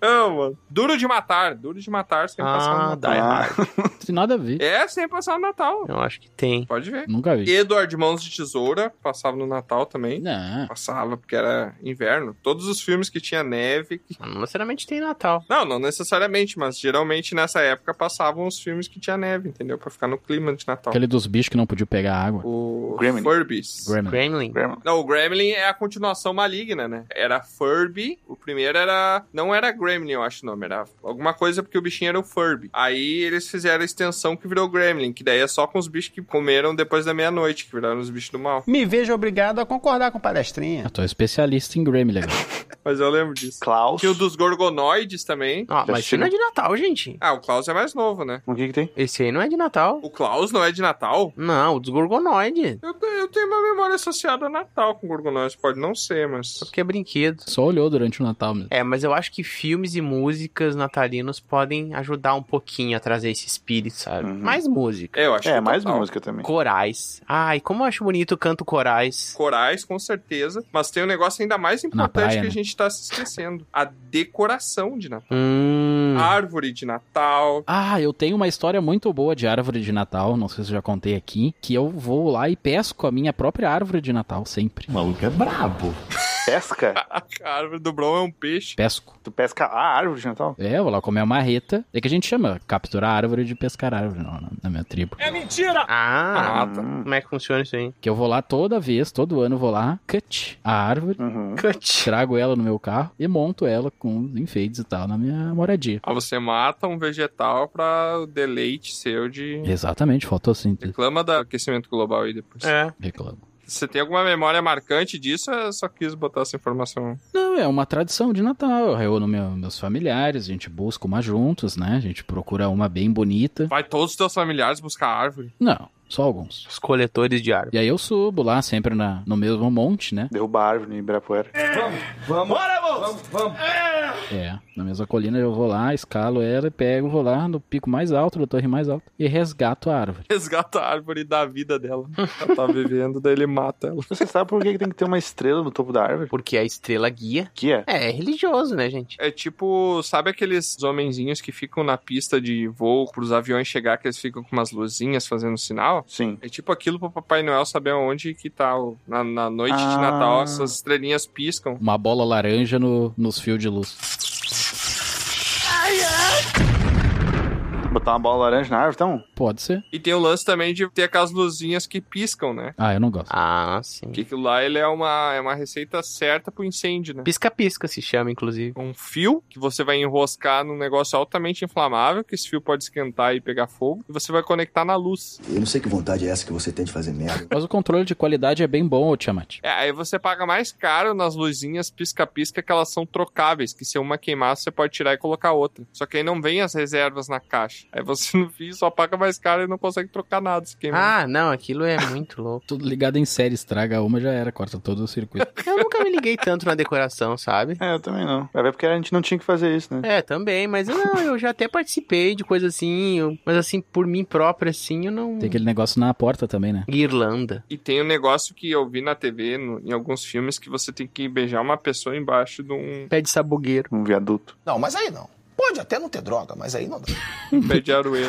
Speaker 1: Não, mano. Duro de matar. Duro de matar sempre passa no
Speaker 3: Ah,
Speaker 1: Natal.
Speaker 3: dá errado.
Speaker 2: Não tem nada a ver.
Speaker 1: É, sempre passava no Natal.
Speaker 3: Eu acho que tem.
Speaker 1: Pode ver.
Speaker 2: Nunca vi.
Speaker 1: Edward Mãos de Tesoura passava no Natal também.
Speaker 2: Não.
Speaker 1: Passava porque era inverno. Todos os filmes que tinha neve, que
Speaker 3: Mas Não necessariamente tem Natal.
Speaker 1: Não, não necessariamente, mas geralmente nessa época passavam os filmes que tinha neve, entendeu? Pra ficar no clima de Natal.
Speaker 2: Aquele dos bichos que não podiam pegar água.
Speaker 1: O
Speaker 4: Gremlin.
Speaker 1: Furbies.
Speaker 2: Gremlin.
Speaker 3: Gremlin.
Speaker 4: Grandma.
Speaker 1: Não, Tá o Gremlin é a continuação maligna, né? Era Furby, o primeiro era... Não era Gremlin, eu acho o nome, era alguma coisa porque o bichinho era o Furby. Aí eles fizeram a extensão que virou Gremlin, que daí é só com os bichos que comeram depois da meia-noite, que viraram os bichos do mal.
Speaker 5: Me vejo obrigado a concordar com palestrinha.
Speaker 2: Eu tô especialista em Gremlin né? agora.
Speaker 1: Mas eu lembro disso.
Speaker 4: Klaus.
Speaker 1: Tinha o dos Gorgonoides também.
Speaker 3: Ah,
Speaker 4: Já
Speaker 3: mas isso não é de Natal, gente.
Speaker 1: Ah, o Klaus é mais novo, né?
Speaker 4: O que que tem?
Speaker 3: Esse aí não é de Natal.
Speaker 1: O Klaus não é de Natal?
Speaker 3: Não, o dos Gorgonoides.
Speaker 1: Eu, te- eu tenho uma memória associada a Natal com Gorgonóis, pode não ser, mas.
Speaker 3: Porque é brinquedo.
Speaker 2: Só olhou durante o Natal mesmo.
Speaker 3: É, mas eu acho que filmes e músicas natalinos podem ajudar um pouquinho a trazer esse espírito, sabe?
Speaker 4: Uhum.
Speaker 3: Mais música.
Speaker 1: É, eu acho
Speaker 4: É,
Speaker 1: que
Speaker 4: mais
Speaker 1: Natal.
Speaker 4: música também.
Speaker 3: Corais. Ai, como eu acho bonito o canto corais.
Speaker 1: Corais, com certeza. Mas tem um negócio ainda mais importante
Speaker 2: praia,
Speaker 1: que
Speaker 2: né?
Speaker 1: a gente tá se esquecendo: a decoração de Natal.
Speaker 3: Hum.
Speaker 1: Árvore de Natal.
Speaker 2: Ah, eu tenho uma história muito boa de árvore de Natal, não sei se eu já contei aqui, que eu vou lá e pesco a minha própria árvore de Natal sempre.
Speaker 5: O maluco é brabo.
Speaker 4: Pesca?
Speaker 1: A árvore do Brom é um peixe.
Speaker 2: Pesco.
Speaker 4: Tu pesca a árvore de Natal?
Speaker 2: É, eu vou lá comer a marreta. É que a gente chama capturar árvore de pescar árvore na, na minha tribo.
Speaker 3: Ah,
Speaker 1: Ah, tá.
Speaker 4: Hum,
Speaker 3: como é que funciona isso aí?
Speaker 2: Que eu vou lá toda vez, todo ano eu vou lá, cut a árvore,
Speaker 4: Uhum.
Speaker 3: Cut.
Speaker 2: trago ela no meu carro e monto ela com os enfeites e tal na minha moradia.
Speaker 1: Ah, você mata um vegetal pra o deleite seu de.
Speaker 2: Exatamente, fotossíntese.
Speaker 1: Reclama do aquecimento global aí depois.
Speaker 3: É.
Speaker 2: Reclamo.
Speaker 1: Você tem alguma memória marcante disso? Eu só quis botar essa informação.
Speaker 2: Não, é uma tradição de Natal. Eu reúno meu- meus familiares, a gente busca uma juntos, né? A gente procura uma bem bonita.
Speaker 1: Vai todos os teus familiares buscar a árvore.
Speaker 2: Não, só alguns.
Speaker 3: Os coletores de árvore.
Speaker 2: E aí eu subo lá, sempre na, no mesmo monte, né?
Speaker 1: É.
Speaker 4: Derruba a árvore em Ibirapuera.
Speaker 5: Vamos, vamos. Bora, moço. Vamos, vamos.
Speaker 2: É, na mesma colina eu vou lá, escalo ela e pego, vou lá no pico mais alto, da torre mais alta, e resgato a árvore.
Speaker 1: Resgata a árvore da vida dela. Ela tá vivendo, daí ele mata ela.
Speaker 4: Você sabe por que que tem que ter uma estrela no topo da árvore?
Speaker 3: Porque a estrela guia.
Speaker 4: Que é?
Speaker 3: É, é religioso, né, gente?
Speaker 1: É tipo, sabe aqueles homenzinhos que ficam na pista de voo pros aviões chegar, que eles ficam com umas luzinhas fazendo sinal?
Speaker 4: Sim.
Speaker 1: É tipo aquilo pro Papai Noel saber onde que tá o- na, na noite de
Speaker 4: Ah.
Speaker 1: Natal, essas estrelinhas piscam.
Speaker 2: Uma bola laranja no, nos fios de luz.
Speaker 4: Botar uma bola laranja na árvore, então?
Speaker 2: Pode ser?
Speaker 1: E tem o lance também de ter aquelas luzinhas que piscam, né?
Speaker 2: Ah, eu não gosto.
Speaker 3: Ah, sim.
Speaker 1: Que aquilo lá ele é uma, é uma receita certa pro incêndio, né?
Speaker 3: Pisca-pisca se chama, inclusive.
Speaker 1: Um fio que você vai enroscar num negócio altamente inflamável, que esse fio pode esquentar e pegar fogo, e você vai conectar na luz.
Speaker 11: Eu não sei que vontade é essa que você tem de fazer merda.
Speaker 2: Mas o controle de qualidade é bem bom, ô Tiamat.
Speaker 1: É, aí você paga mais caro nas luzinhas pisca-pisca que elas são trocáveis, que se uma queimar, você pode tirar e colocar outra. Só que aí não vem as reservas na caixa. Aí você no fim só paga mais caro e não consegue trocar nada se queimar.
Speaker 3: Ah, não, aquilo é muito louco.
Speaker 2: Tudo ligado em série, estraga uma, já era, corta todo o circuito.
Speaker 3: Eu nunca me liguei tanto na decoração, sabe?
Speaker 4: É, eu também não. Vai ver porque a gente não tinha que fazer isso, né?
Speaker 3: É, também, mas eu, não, eu já até participei de coisa assim, eu- mas assim, por mim própria, assim, eu não...
Speaker 2: Tem aquele negócio na porta também, né?
Speaker 3: Irlanda.
Speaker 1: E tem um negócio que eu vi na TV, no- em alguns filmes, que você tem que beijar uma pessoa embaixo de um
Speaker 3: Pé de sabugueiro.
Speaker 4: Um viaduto.
Speaker 5: Não, mas aí não. Pode até não ter droga, mas aí não dá.
Speaker 1: um pé de aroeira.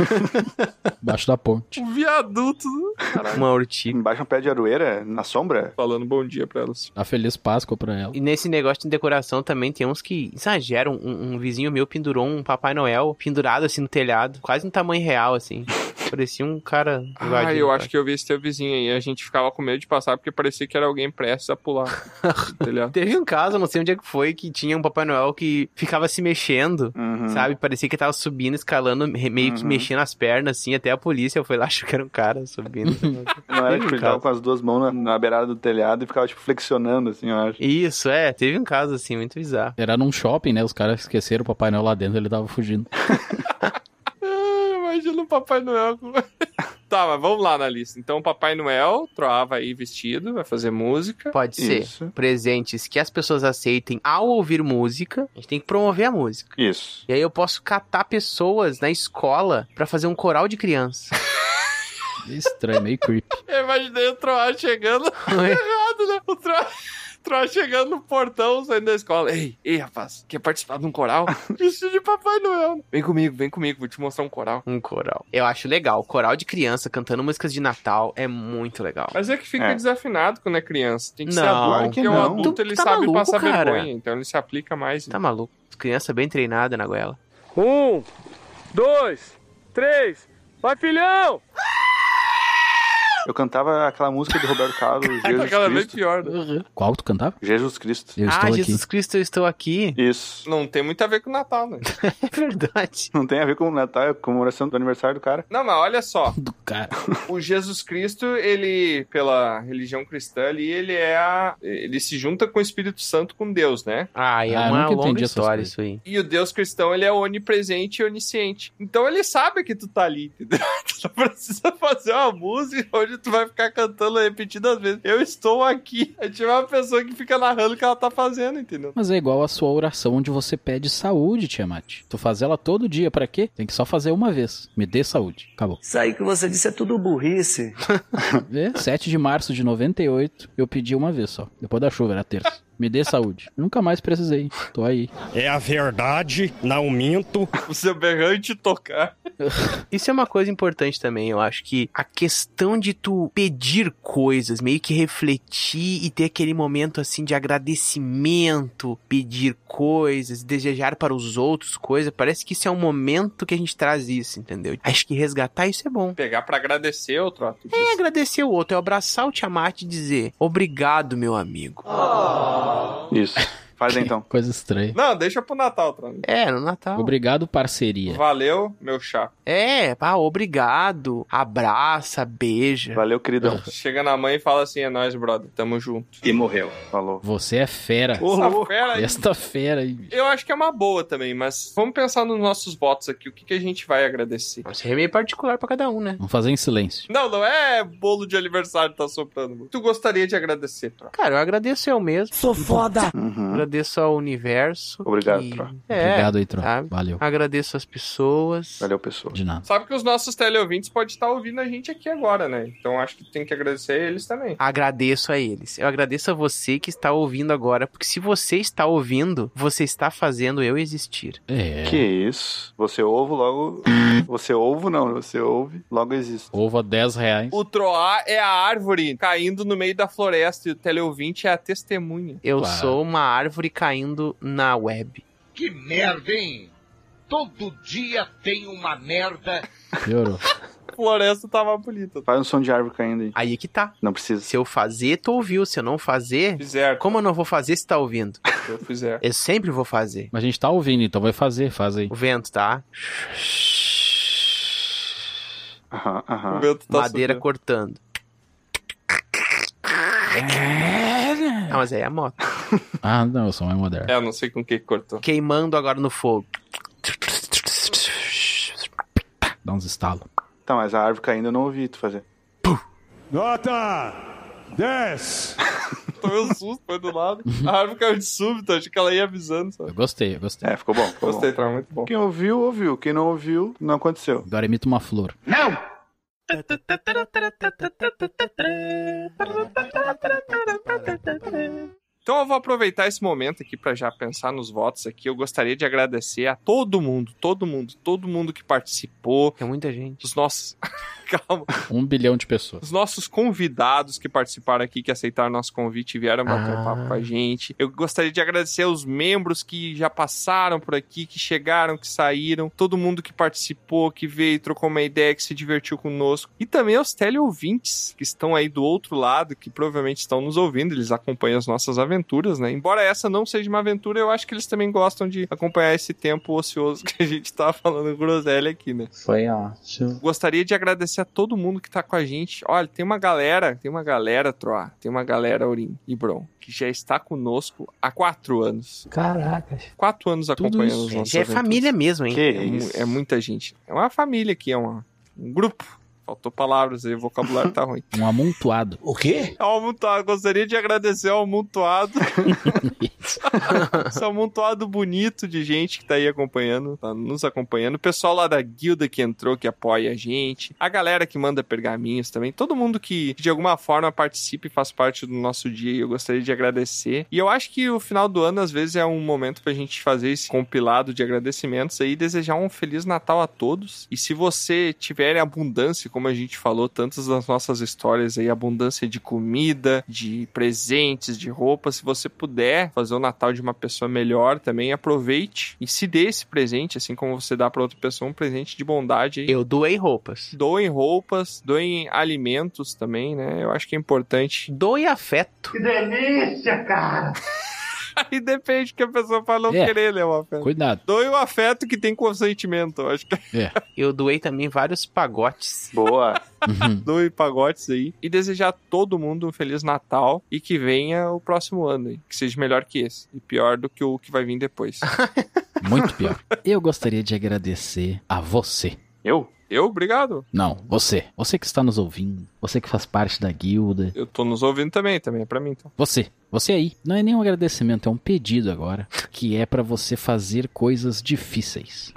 Speaker 2: Embaixo da ponte.
Speaker 1: um viaduto. Caralho.
Speaker 3: Uma urtiga.
Speaker 4: Embaixo de um pé de aroeira, na sombra?
Speaker 1: Falando bom dia pra elas.
Speaker 2: Dá feliz Páscoa pra ela.
Speaker 3: E nesse negócio de decoração também tem uns que exageram. Um, um vizinho meu pendurou um Papai Noel pendurado assim no telhado, quase no tamanho real, assim. Parecia um cara.
Speaker 1: Ah, eu acho que eu vi esse teu vizinho aí. A gente ficava com medo de passar porque parecia que era alguém prestes a pular. do telhado.
Speaker 3: Teve um caso, não sei onde é que foi, que tinha um Papai Noel que ficava se mexendo,
Speaker 1: Hum.
Speaker 4: Uhum.
Speaker 3: sabe? Parecia que tava subindo, escalando, re- meio que
Speaker 4: Uhum.
Speaker 3: mexendo as pernas, assim. Até a polícia foi lá, achou que era um cara subindo.
Speaker 4: Não era
Speaker 3: Teve
Speaker 4: que
Speaker 3: um
Speaker 4: ele
Speaker 3: caso.
Speaker 4: tava com as duas mãos na, na beirada do telhado e ficava, tipo, flexionando, assim, eu acho.
Speaker 3: Isso, é. Teve um caso, assim, muito bizarro.
Speaker 2: Era num shopping, né? Os caras esqueceram o Papai Noel lá dentro, ele tava fugindo.
Speaker 1: Ah, Imagina o Papai Noel. com- tá, mas vamos lá na lista. Então, Papai Noel, troava aí vestido, vai fazer música.
Speaker 3: Pode ser.
Speaker 4: Isso.
Speaker 3: Presentes que as pessoas aceitem ao ouvir música. A gente tem que promover a música.
Speaker 4: Isso.
Speaker 3: E aí eu posso catar pessoas na escola pra fazer um coral de criança.
Speaker 2: Estranho, meio creepy.
Speaker 1: Eu imaginei o Troá chegando. Errado, né? O Troá. Troá chegando no portão, saindo da escola. Ei, ei, rapaz, quer participar de um coral? Vestido de Papai Noel. Vem comigo, vem comigo, vou te mostrar um coral.
Speaker 3: Um coral. Eu acho legal. Coral de criança cantando músicas de Natal é muito legal.
Speaker 1: Mas é que fica
Speaker 4: É.
Speaker 1: desafinado quando é criança. Tem que ser
Speaker 3: Não,
Speaker 1: adulto,
Speaker 4: claro que
Speaker 1: porque o
Speaker 4: não.
Speaker 1: adulto
Speaker 3: Tu
Speaker 1: ele
Speaker 3: tá
Speaker 1: sabe
Speaker 3: maluco,
Speaker 1: passar
Speaker 3: cara.
Speaker 1: vergonha, então ele se aplica mais.
Speaker 3: Tá maluco? Criança bem treinada na goela.
Speaker 12: Um, dois, três. Vai, filhão!
Speaker 4: Eu cantava aquela música do Roberto Carlos, Jesus
Speaker 1: Aquela tá vez
Speaker 4: Cristo.
Speaker 1: pior. né?
Speaker 2: Qual tu cantava?
Speaker 4: Jesus Cristo.
Speaker 2: Eu
Speaker 3: ah,
Speaker 2: estou
Speaker 3: Jesus Cristo, eu estou aqui.
Speaker 4: Isso.
Speaker 1: Não tem muito a ver com o Natal, né?
Speaker 3: É verdade.
Speaker 4: Não tem a ver com o Natal, é a comemoração do aniversário do cara.
Speaker 1: Não, mas olha só.
Speaker 2: aqui. Do cara.
Speaker 1: O Jesus Cristo, ele, pela religião cristã ali, ele é a... Ele se junta com o Espírito Santo, com Deus, né?
Speaker 3: Ah, é
Speaker 2: Ah, eu
Speaker 3: uma
Speaker 2: nunca
Speaker 3: longa
Speaker 2: entendi essas
Speaker 3: história
Speaker 2: coisas.
Speaker 3: isso aí.
Speaker 1: E o Deus cristão, ele é onipresente e onisciente. Então ele sabe que tu tá ali, entendeu? Tu só precisa fazer uma música onde tu vai ficar cantando repetidas vezes. Eu estou aqui. A gente é uma pessoa que fica narrando o que ela tá fazendo, entendeu?
Speaker 2: Mas é igual a sua oração onde você pede saúde, Tiamat. Tu faz ela todo dia, pra quê? Tem que só fazer uma vez. Me dê saúde. Acabou.
Speaker 11: Isso aí que você disse é tudo burrice.
Speaker 2: É, 7 de março de 98, eu pedi uma vez só. Depois da chuva, era terça. Me dê saúde. Nunca mais precisei. Tô aí.
Speaker 12: É a verdade, não minto.
Speaker 1: O seu berrante tocar.
Speaker 3: Isso é uma coisa importante também, eu acho que a questão de tu pedir coisas, meio que refletir e ter aquele momento assim de agradecimento, pedir coisas, desejar para os outros coisas, parece que isso é um momento que a gente traz isso, entendeu? Acho que resgatar isso é bom.
Speaker 1: Pegar pra agradecer outro ato.
Speaker 3: É agradecer o outro, é abraçar o Tiamat e dizer obrigado, meu amigo.
Speaker 4: Isso. Faz então.
Speaker 2: Coisa estranha.
Speaker 1: Não, deixa pro Natal, Tron.
Speaker 3: É, no Natal.
Speaker 2: Obrigado, parceria.
Speaker 1: Valeu, meu chapa.
Speaker 3: É, pá, obrigado. Abraça, beija.
Speaker 4: Valeu, queridão.
Speaker 1: Chega na mãe e fala assim: é nóis, brother. Tamo junto.
Speaker 6: E morreu.
Speaker 4: Falou.
Speaker 2: Você é fera.
Speaker 1: Essa fera aí.
Speaker 2: Esta fera aí. bicho.
Speaker 1: Eu acho que é uma boa também, mas vamos pensar nos nossos votos aqui. O que, que a gente vai agradecer?
Speaker 3: Isso é meio particular pra cada um, né?
Speaker 2: Vamos fazer em silêncio.
Speaker 1: Não, não é bolo de aniversário que tá soprando. Tu gostaria de agradecer, Tron?
Speaker 3: Cara, eu agradeço eu mesmo.
Speaker 4: Uhum.
Speaker 3: agradeço ao universo.
Speaker 4: Obrigado,
Speaker 3: que...
Speaker 4: Tro.
Speaker 3: É,
Speaker 2: Obrigado aí, Tro.
Speaker 3: sabe?
Speaker 2: Valeu.
Speaker 3: Agradeço às pessoas.
Speaker 4: Valeu, pessoal.
Speaker 2: De nada.
Speaker 1: Sabe que os nossos teleouvintes podem estar ouvindo a gente aqui agora, né? Então acho que tem que agradecer a eles também.
Speaker 3: Agradeço a eles. Eu agradeço a você que está ouvindo agora, porque se você está ouvindo, você está fazendo eu existir.
Speaker 2: É.
Speaker 4: Que isso? Você ouve logo. Você ouve, não. Você ouve, logo existe.
Speaker 2: Ovo a 10 reais.
Speaker 1: O Troá é a árvore caindo no meio da floresta e o teleouvinte é a testemunha.
Speaker 3: Eu
Speaker 2: Claro.
Speaker 3: sou uma árvore caindo na web.
Speaker 13: Que merda, hein? Todo dia tem uma merda.
Speaker 2: Piorou.
Speaker 1: A floresta tava bonita.
Speaker 4: Faz um som de árvore caindo aí.
Speaker 3: Aí que tá.
Speaker 4: Não precisa.
Speaker 3: Se eu fazer, tu ouviu. Se eu não fazer,
Speaker 1: Fizer,
Speaker 3: como eu não vou fazer se tá ouvindo?
Speaker 1: eu fizer.
Speaker 3: Eu sempre vou fazer.
Speaker 2: Mas a gente tá ouvindo, então vai fazer, faz aí.
Speaker 3: O vento, tá?
Speaker 4: Aham,
Speaker 1: O
Speaker 4: aham.
Speaker 1: vento tá
Speaker 3: Madeira
Speaker 1: subindo.
Speaker 3: cortando.
Speaker 2: É, né?
Speaker 3: Ah, mas aí é a moto.
Speaker 2: Ah, não, eu sou mais moderno.
Speaker 1: É, eu não sei com o que que cortou.
Speaker 3: Queimando agora no fogo.
Speaker 2: Dá uns estalos.
Speaker 4: Tá, mas a árvore caindo eu não ouvi tu fazer.
Speaker 12: Nota 10!
Speaker 1: Tomei um susto, foi do lado. A árvore caiu de súbito, achei que ela ia avisando, sabe?
Speaker 2: Eu gostei, eu gostei.
Speaker 4: É, ficou bom. Ficou
Speaker 1: Gostei,
Speaker 4: Bom.
Speaker 1: tava muito bom.
Speaker 4: Quem ouviu, ouviu. Quem não ouviu, não aconteceu.
Speaker 2: Agora imita uma flor.
Speaker 1: Então eu vou aproveitar esse momento aqui para já pensar nos votos aqui. Eu gostaria de agradecer a todo mundo, todo mundo, todo mundo que participou,
Speaker 3: É muita gente.
Speaker 1: os nossos. Calma.
Speaker 2: Um bilhão de pessoas.
Speaker 1: Os nossos convidados que participaram aqui, que aceitaram nosso convite e vieram bater
Speaker 3: Ah.
Speaker 1: um papo com a gente. Eu gostaria de agradecer aos membros que já passaram por aqui, que chegaram, que saíram, todo mundo que participou, que veio, trocou uma ideia, que se divertiu conosco. E também aos teleouvintes que estão aí do outro lado, que provavelmente estão nos ouvindo, eles acompanham as nossas aventuras, né? Embora essa não seja uma aventura, eu acho que eles também gostam de acompanhar esse tempo ocioso que a gente tá falando groselha aqui, né?
Speaker 11: Foi ótimo.
Speaker 1: Gostaria de agradecer a todo mundo que tá com a gente. Olha, tem uma galera, tem uma galera, Troá, tem uma galera, Aurim e Bron, que já está conosco há quatro anos.
Speaker 11: Caracas.
Speaker 1: Quatro anos acompanhando os
Speaker 3: Gente,
Speaker 1: nossos
Speaker 3: é família mesmo, hein?
Speaker 4: Que
Speaker 1: É, mu-
Speaker 4: isso.
Speaker 1: é muita gente. É uma família aqui, é uma- um grupo. Faltou palavras aí, o vocabulário tá ruim.
Speaker 2: Um amontoado.
Speaker 5: O quê?
Speaker 1: Ao É um amontoado, gostaria de agradecer ao amontoado. Esse amontoado bonito de gente que tá aí acompanhando, tá nos acompanhando. O pessoal lá da guilda que entrou, que apoia a gente. A galera que manda pergaminhos também. Todo mundo que de alguma forma participa e faz parte do nosso dia. E eu gostaria de agradecer. E eu acho que o final do ano, às vezes, é um momento pra gente fazer esse compilado de agradecimentos aí. Desejar um Feliz Natal a todos. E se você tiver abundância, como a gente falou, tantas das nossas histórias aí, abundância de comida, de presentes, de roupa, se você puder fazer o Natal de uma pessoa melhor também, aproveite e se dê esse presente, assim como você dá para outra pessoa, um presente de bondade. aí.
Speaker 3: Eu doei roupas.
Speaker 1: Doem roupas, doem alimentos também, né? Eu acho que é importante.
Speaker 3: Doe afeto.
Speaker 1: Aí depende do que a pessoa fala não
Speaker 2: É.
Speaker 1: querer, né, uma afeto.
Speaker 2: Cuidado.
Speaker 1: Doe o afeto que tem consentimento. eu Acho que
Speaker 3: Eu doei também vários pagotes.
Speaker 4: Boa.
Speaker 2: Uhum.
Speaker 1: doe pagotes aí. E desejar a todo mundo um Feliz Natal e que venha o próximo ano, aí, que seja melhor que esse. E pior do que o que vai vir depois.
Speaker 2: Muito pior. Eu gostaria de agradecer a você.
Speaker 4: Eu?
Speaker 1: Eu, obrigado.
Speaker 2: Não, você. Você que está nos ouvindo. Você que faz parte da guilda.
Speaker 1: Eu tô nos ouvindo também, também é pra mim, então.
Speaker 2: Você, você aí, não é nem um agradecimento, é um pedido agora, que é pra você fazer coisas difíceis.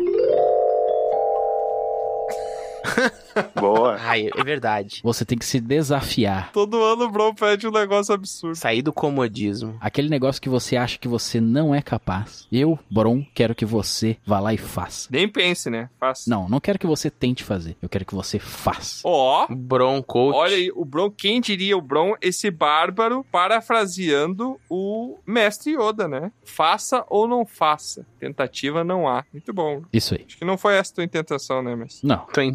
Speaker 4: Boa.
Speaker 3: Ai, é verdade.
Speaker 2: Você tem que se desafiar.
Speaker 1: Todo ano o Bro pede um negócio absurdo.
Speaker 3: Saí do comodismo.
Speaker 2: Aquele negócio que você acha que você não é capaz. Eu, Bron, quero que você vá lá e faça.
Speaker 1: Nem pense, né? Faça.
Speaker 2: Não, não quero que você tente fazer. Eu quero que você faça.
Speaker 1: Ó,
Speaker 3: Bronco.
Speaker 1: olha aí, o Bron, quem diria o Bron, esse bárbaro, parafraseando o mestre Yoda, né? Faça ou não faça. Tentativa não há. Muito bom.
Speaker 2: Isso aí.
Speaker 1: Acho que não foi essa tua intenção, né, mas.
Speaker 2: Não.
Speaker 3: Tô em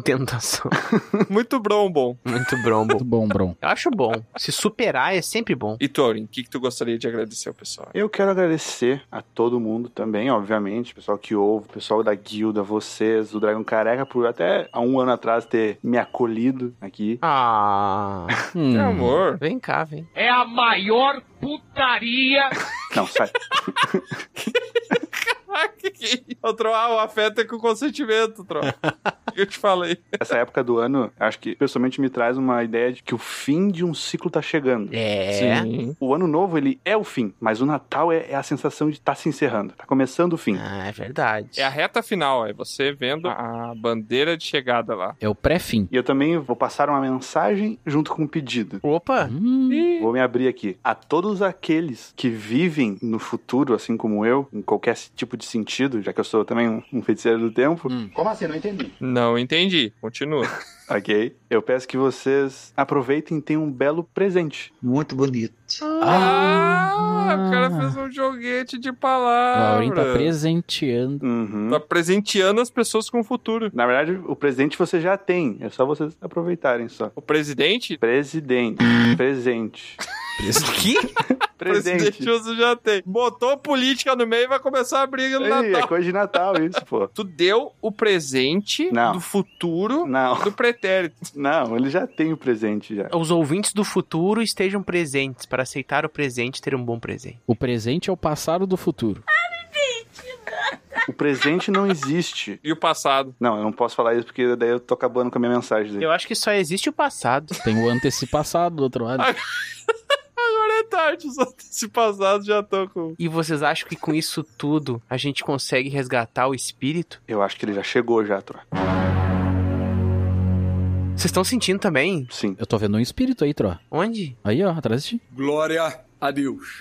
Speaker 3: tentação.
Speaker 1: Muito Bron bom.
Speaker 3: Muito brombo.
Speaker 2: Muito bom, Bron.
Speaker 3: Eu acho bom. Se superar é sempre bom.
Speaker 1: E Thorin, o que, que tu gostaria de agradecer ao pessoal?
Speaker 4: Eu quero agradecer a todo mundo também, obviamente, o pessoal que ouve, o pessoal da guilda, vocês, do Dragão Careca, por até há um ano atrás ter me acolhido aqui.
Speaker 3: Ah.
Speaker 2: Hum.
Speaker 1: Meu amor.
Speaker 3: Vem cá, vem.
Speaker 13: É a maior putaria.
Speaker 4: Não, sai.
Speaker 1: Ah, que que é isso? Outro, ah, o afeto é com consentimento, Tro. eu te falei.
Speaker 4: Essa época do ano, acho que pessoalmente me traz uma ideia de que o fim de um ciclo tá chegando.
Speaker 3: É. Sim.
Speaker 4: O ano novo, ele é o fim, mas o Natal é, é a sensação de tá se encerrando, tá começando o fim.
Speaker 3: Ah, é verdade.
Speaker 1: É a reta final, é você vendo a bandeira de chegada lá.
Speaker 2: É o pré-fim.
Speaker 4: E eu também vou passar uma mensagem junto com um pedido.
Speaker 3: Opa!
Speaker 4: Hum. Vou me abrir aqui. A todos aqueles que vivem no futuro, assim como eu, em qualquer tipo de sentido, já que eu sou também um, um feiticeiro do tempo. Hum.
Speaker 6: Como assim? Não entendi.
Speaker 1: Não entendi. Continua.
Speaker 4: ok. Eu peço que vocês aproveitem e tenham um belo presente.
Speaker 11: Muito bonito.
Speaker 1: Ah, ah. o cara fez um joguete de palavras.
Speaker 2: Laurinho tá presenteando.
Speaker 4: Uhum.
Speaker 1: Tá presenteando as pessoas com o futuro.
Speaker 4: Na verdade, o presente você já tem. É só vocês aproveitarem só.
Speaker 1: O presidente?
Speaker 4: Presidente. Presente.
Speaker 3: O quê?
Speaker 4: presente.
Speaker 1: Presidente já tem. Botou política no meio e vai começar a briga no
Speaker 4: Ei,
Speaker 1: Natal.
Speaker 4: É coisa de Natal isso, pô.
Speaker 1: Tu deu o presente
Speaker 4: Não.
Speaker 1: do futuro
Speaker 4: Não.
Speaker 1: do pretérito.
Speaker 4: Não, ele já tem o presente já.
Speaker 3: Os ouvintes do futuro estejam presentes para aceitar o presente e ter um bom presente.
Speaker 2: O presente é o passado do futuro.
Speaker 4: O presente não existe.
Speaker 1: E o passado?
Speaker 4: Não, eu não posso falar isso porque daí eu tô acabando com a minha mensagem. daí.
Speaker 3: Eu acho que só existe o passado.
Speaker 2: Tem o antecipassado do outro lado.
Speaker 1: Agora é tarde, os antepassados já estão com.
Speaker 3: E vocês acham que com isso tudo a gente consegue resgatar o espírito?
Speaker 4: Eu acho que ele já chegou já, Tro.
Speaker 3: Vocês estão sentindo também?
Speaker 4: Sim.
Speaker 2: Eu tô vendo um espírito aí, Tro.
Speaker 3: Onde?
Speaker 2: Aí, ó, atrás de ti.
Speaker 13: Glória a Deus.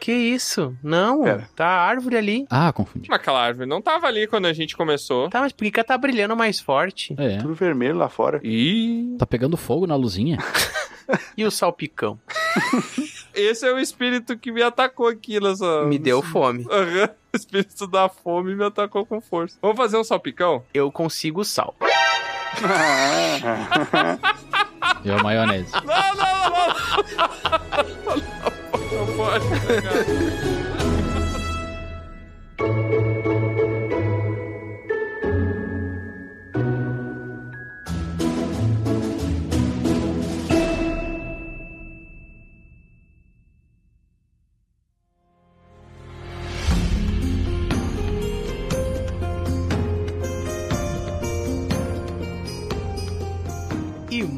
Speaker 3: Que isso? Não,
Speaker 4: Pera.
Speaker 3: tá a árvore ali.
Speaker 2: Ah, confundi.
Speaker 1: Mas aquela árvore não tava ali quando a gente começou.
Speaker 3: Tá, mas por que que ela tá brilhando mais forte?
Speaker 2: É.
Speaker 4: Tudo vermelho lá fora.
Speaker 1: E
Speaker 2: Tá pegando fogo na luzinha?
Speaker 3: E o salpicão?
Speaker 1: esse é o espírito que me atacou aqui nessa.
Speaker 3: Me deu fome.
Speaker 1: Aham. O espírito da fome me atacou com força. Vamos fazer um salpicão?
Speaker 3: Eu consigo o sal.
Speaker 2: É a maionese.
Speaker 1: Não, não, não, não. Não pode, cara.
Speaker 3: E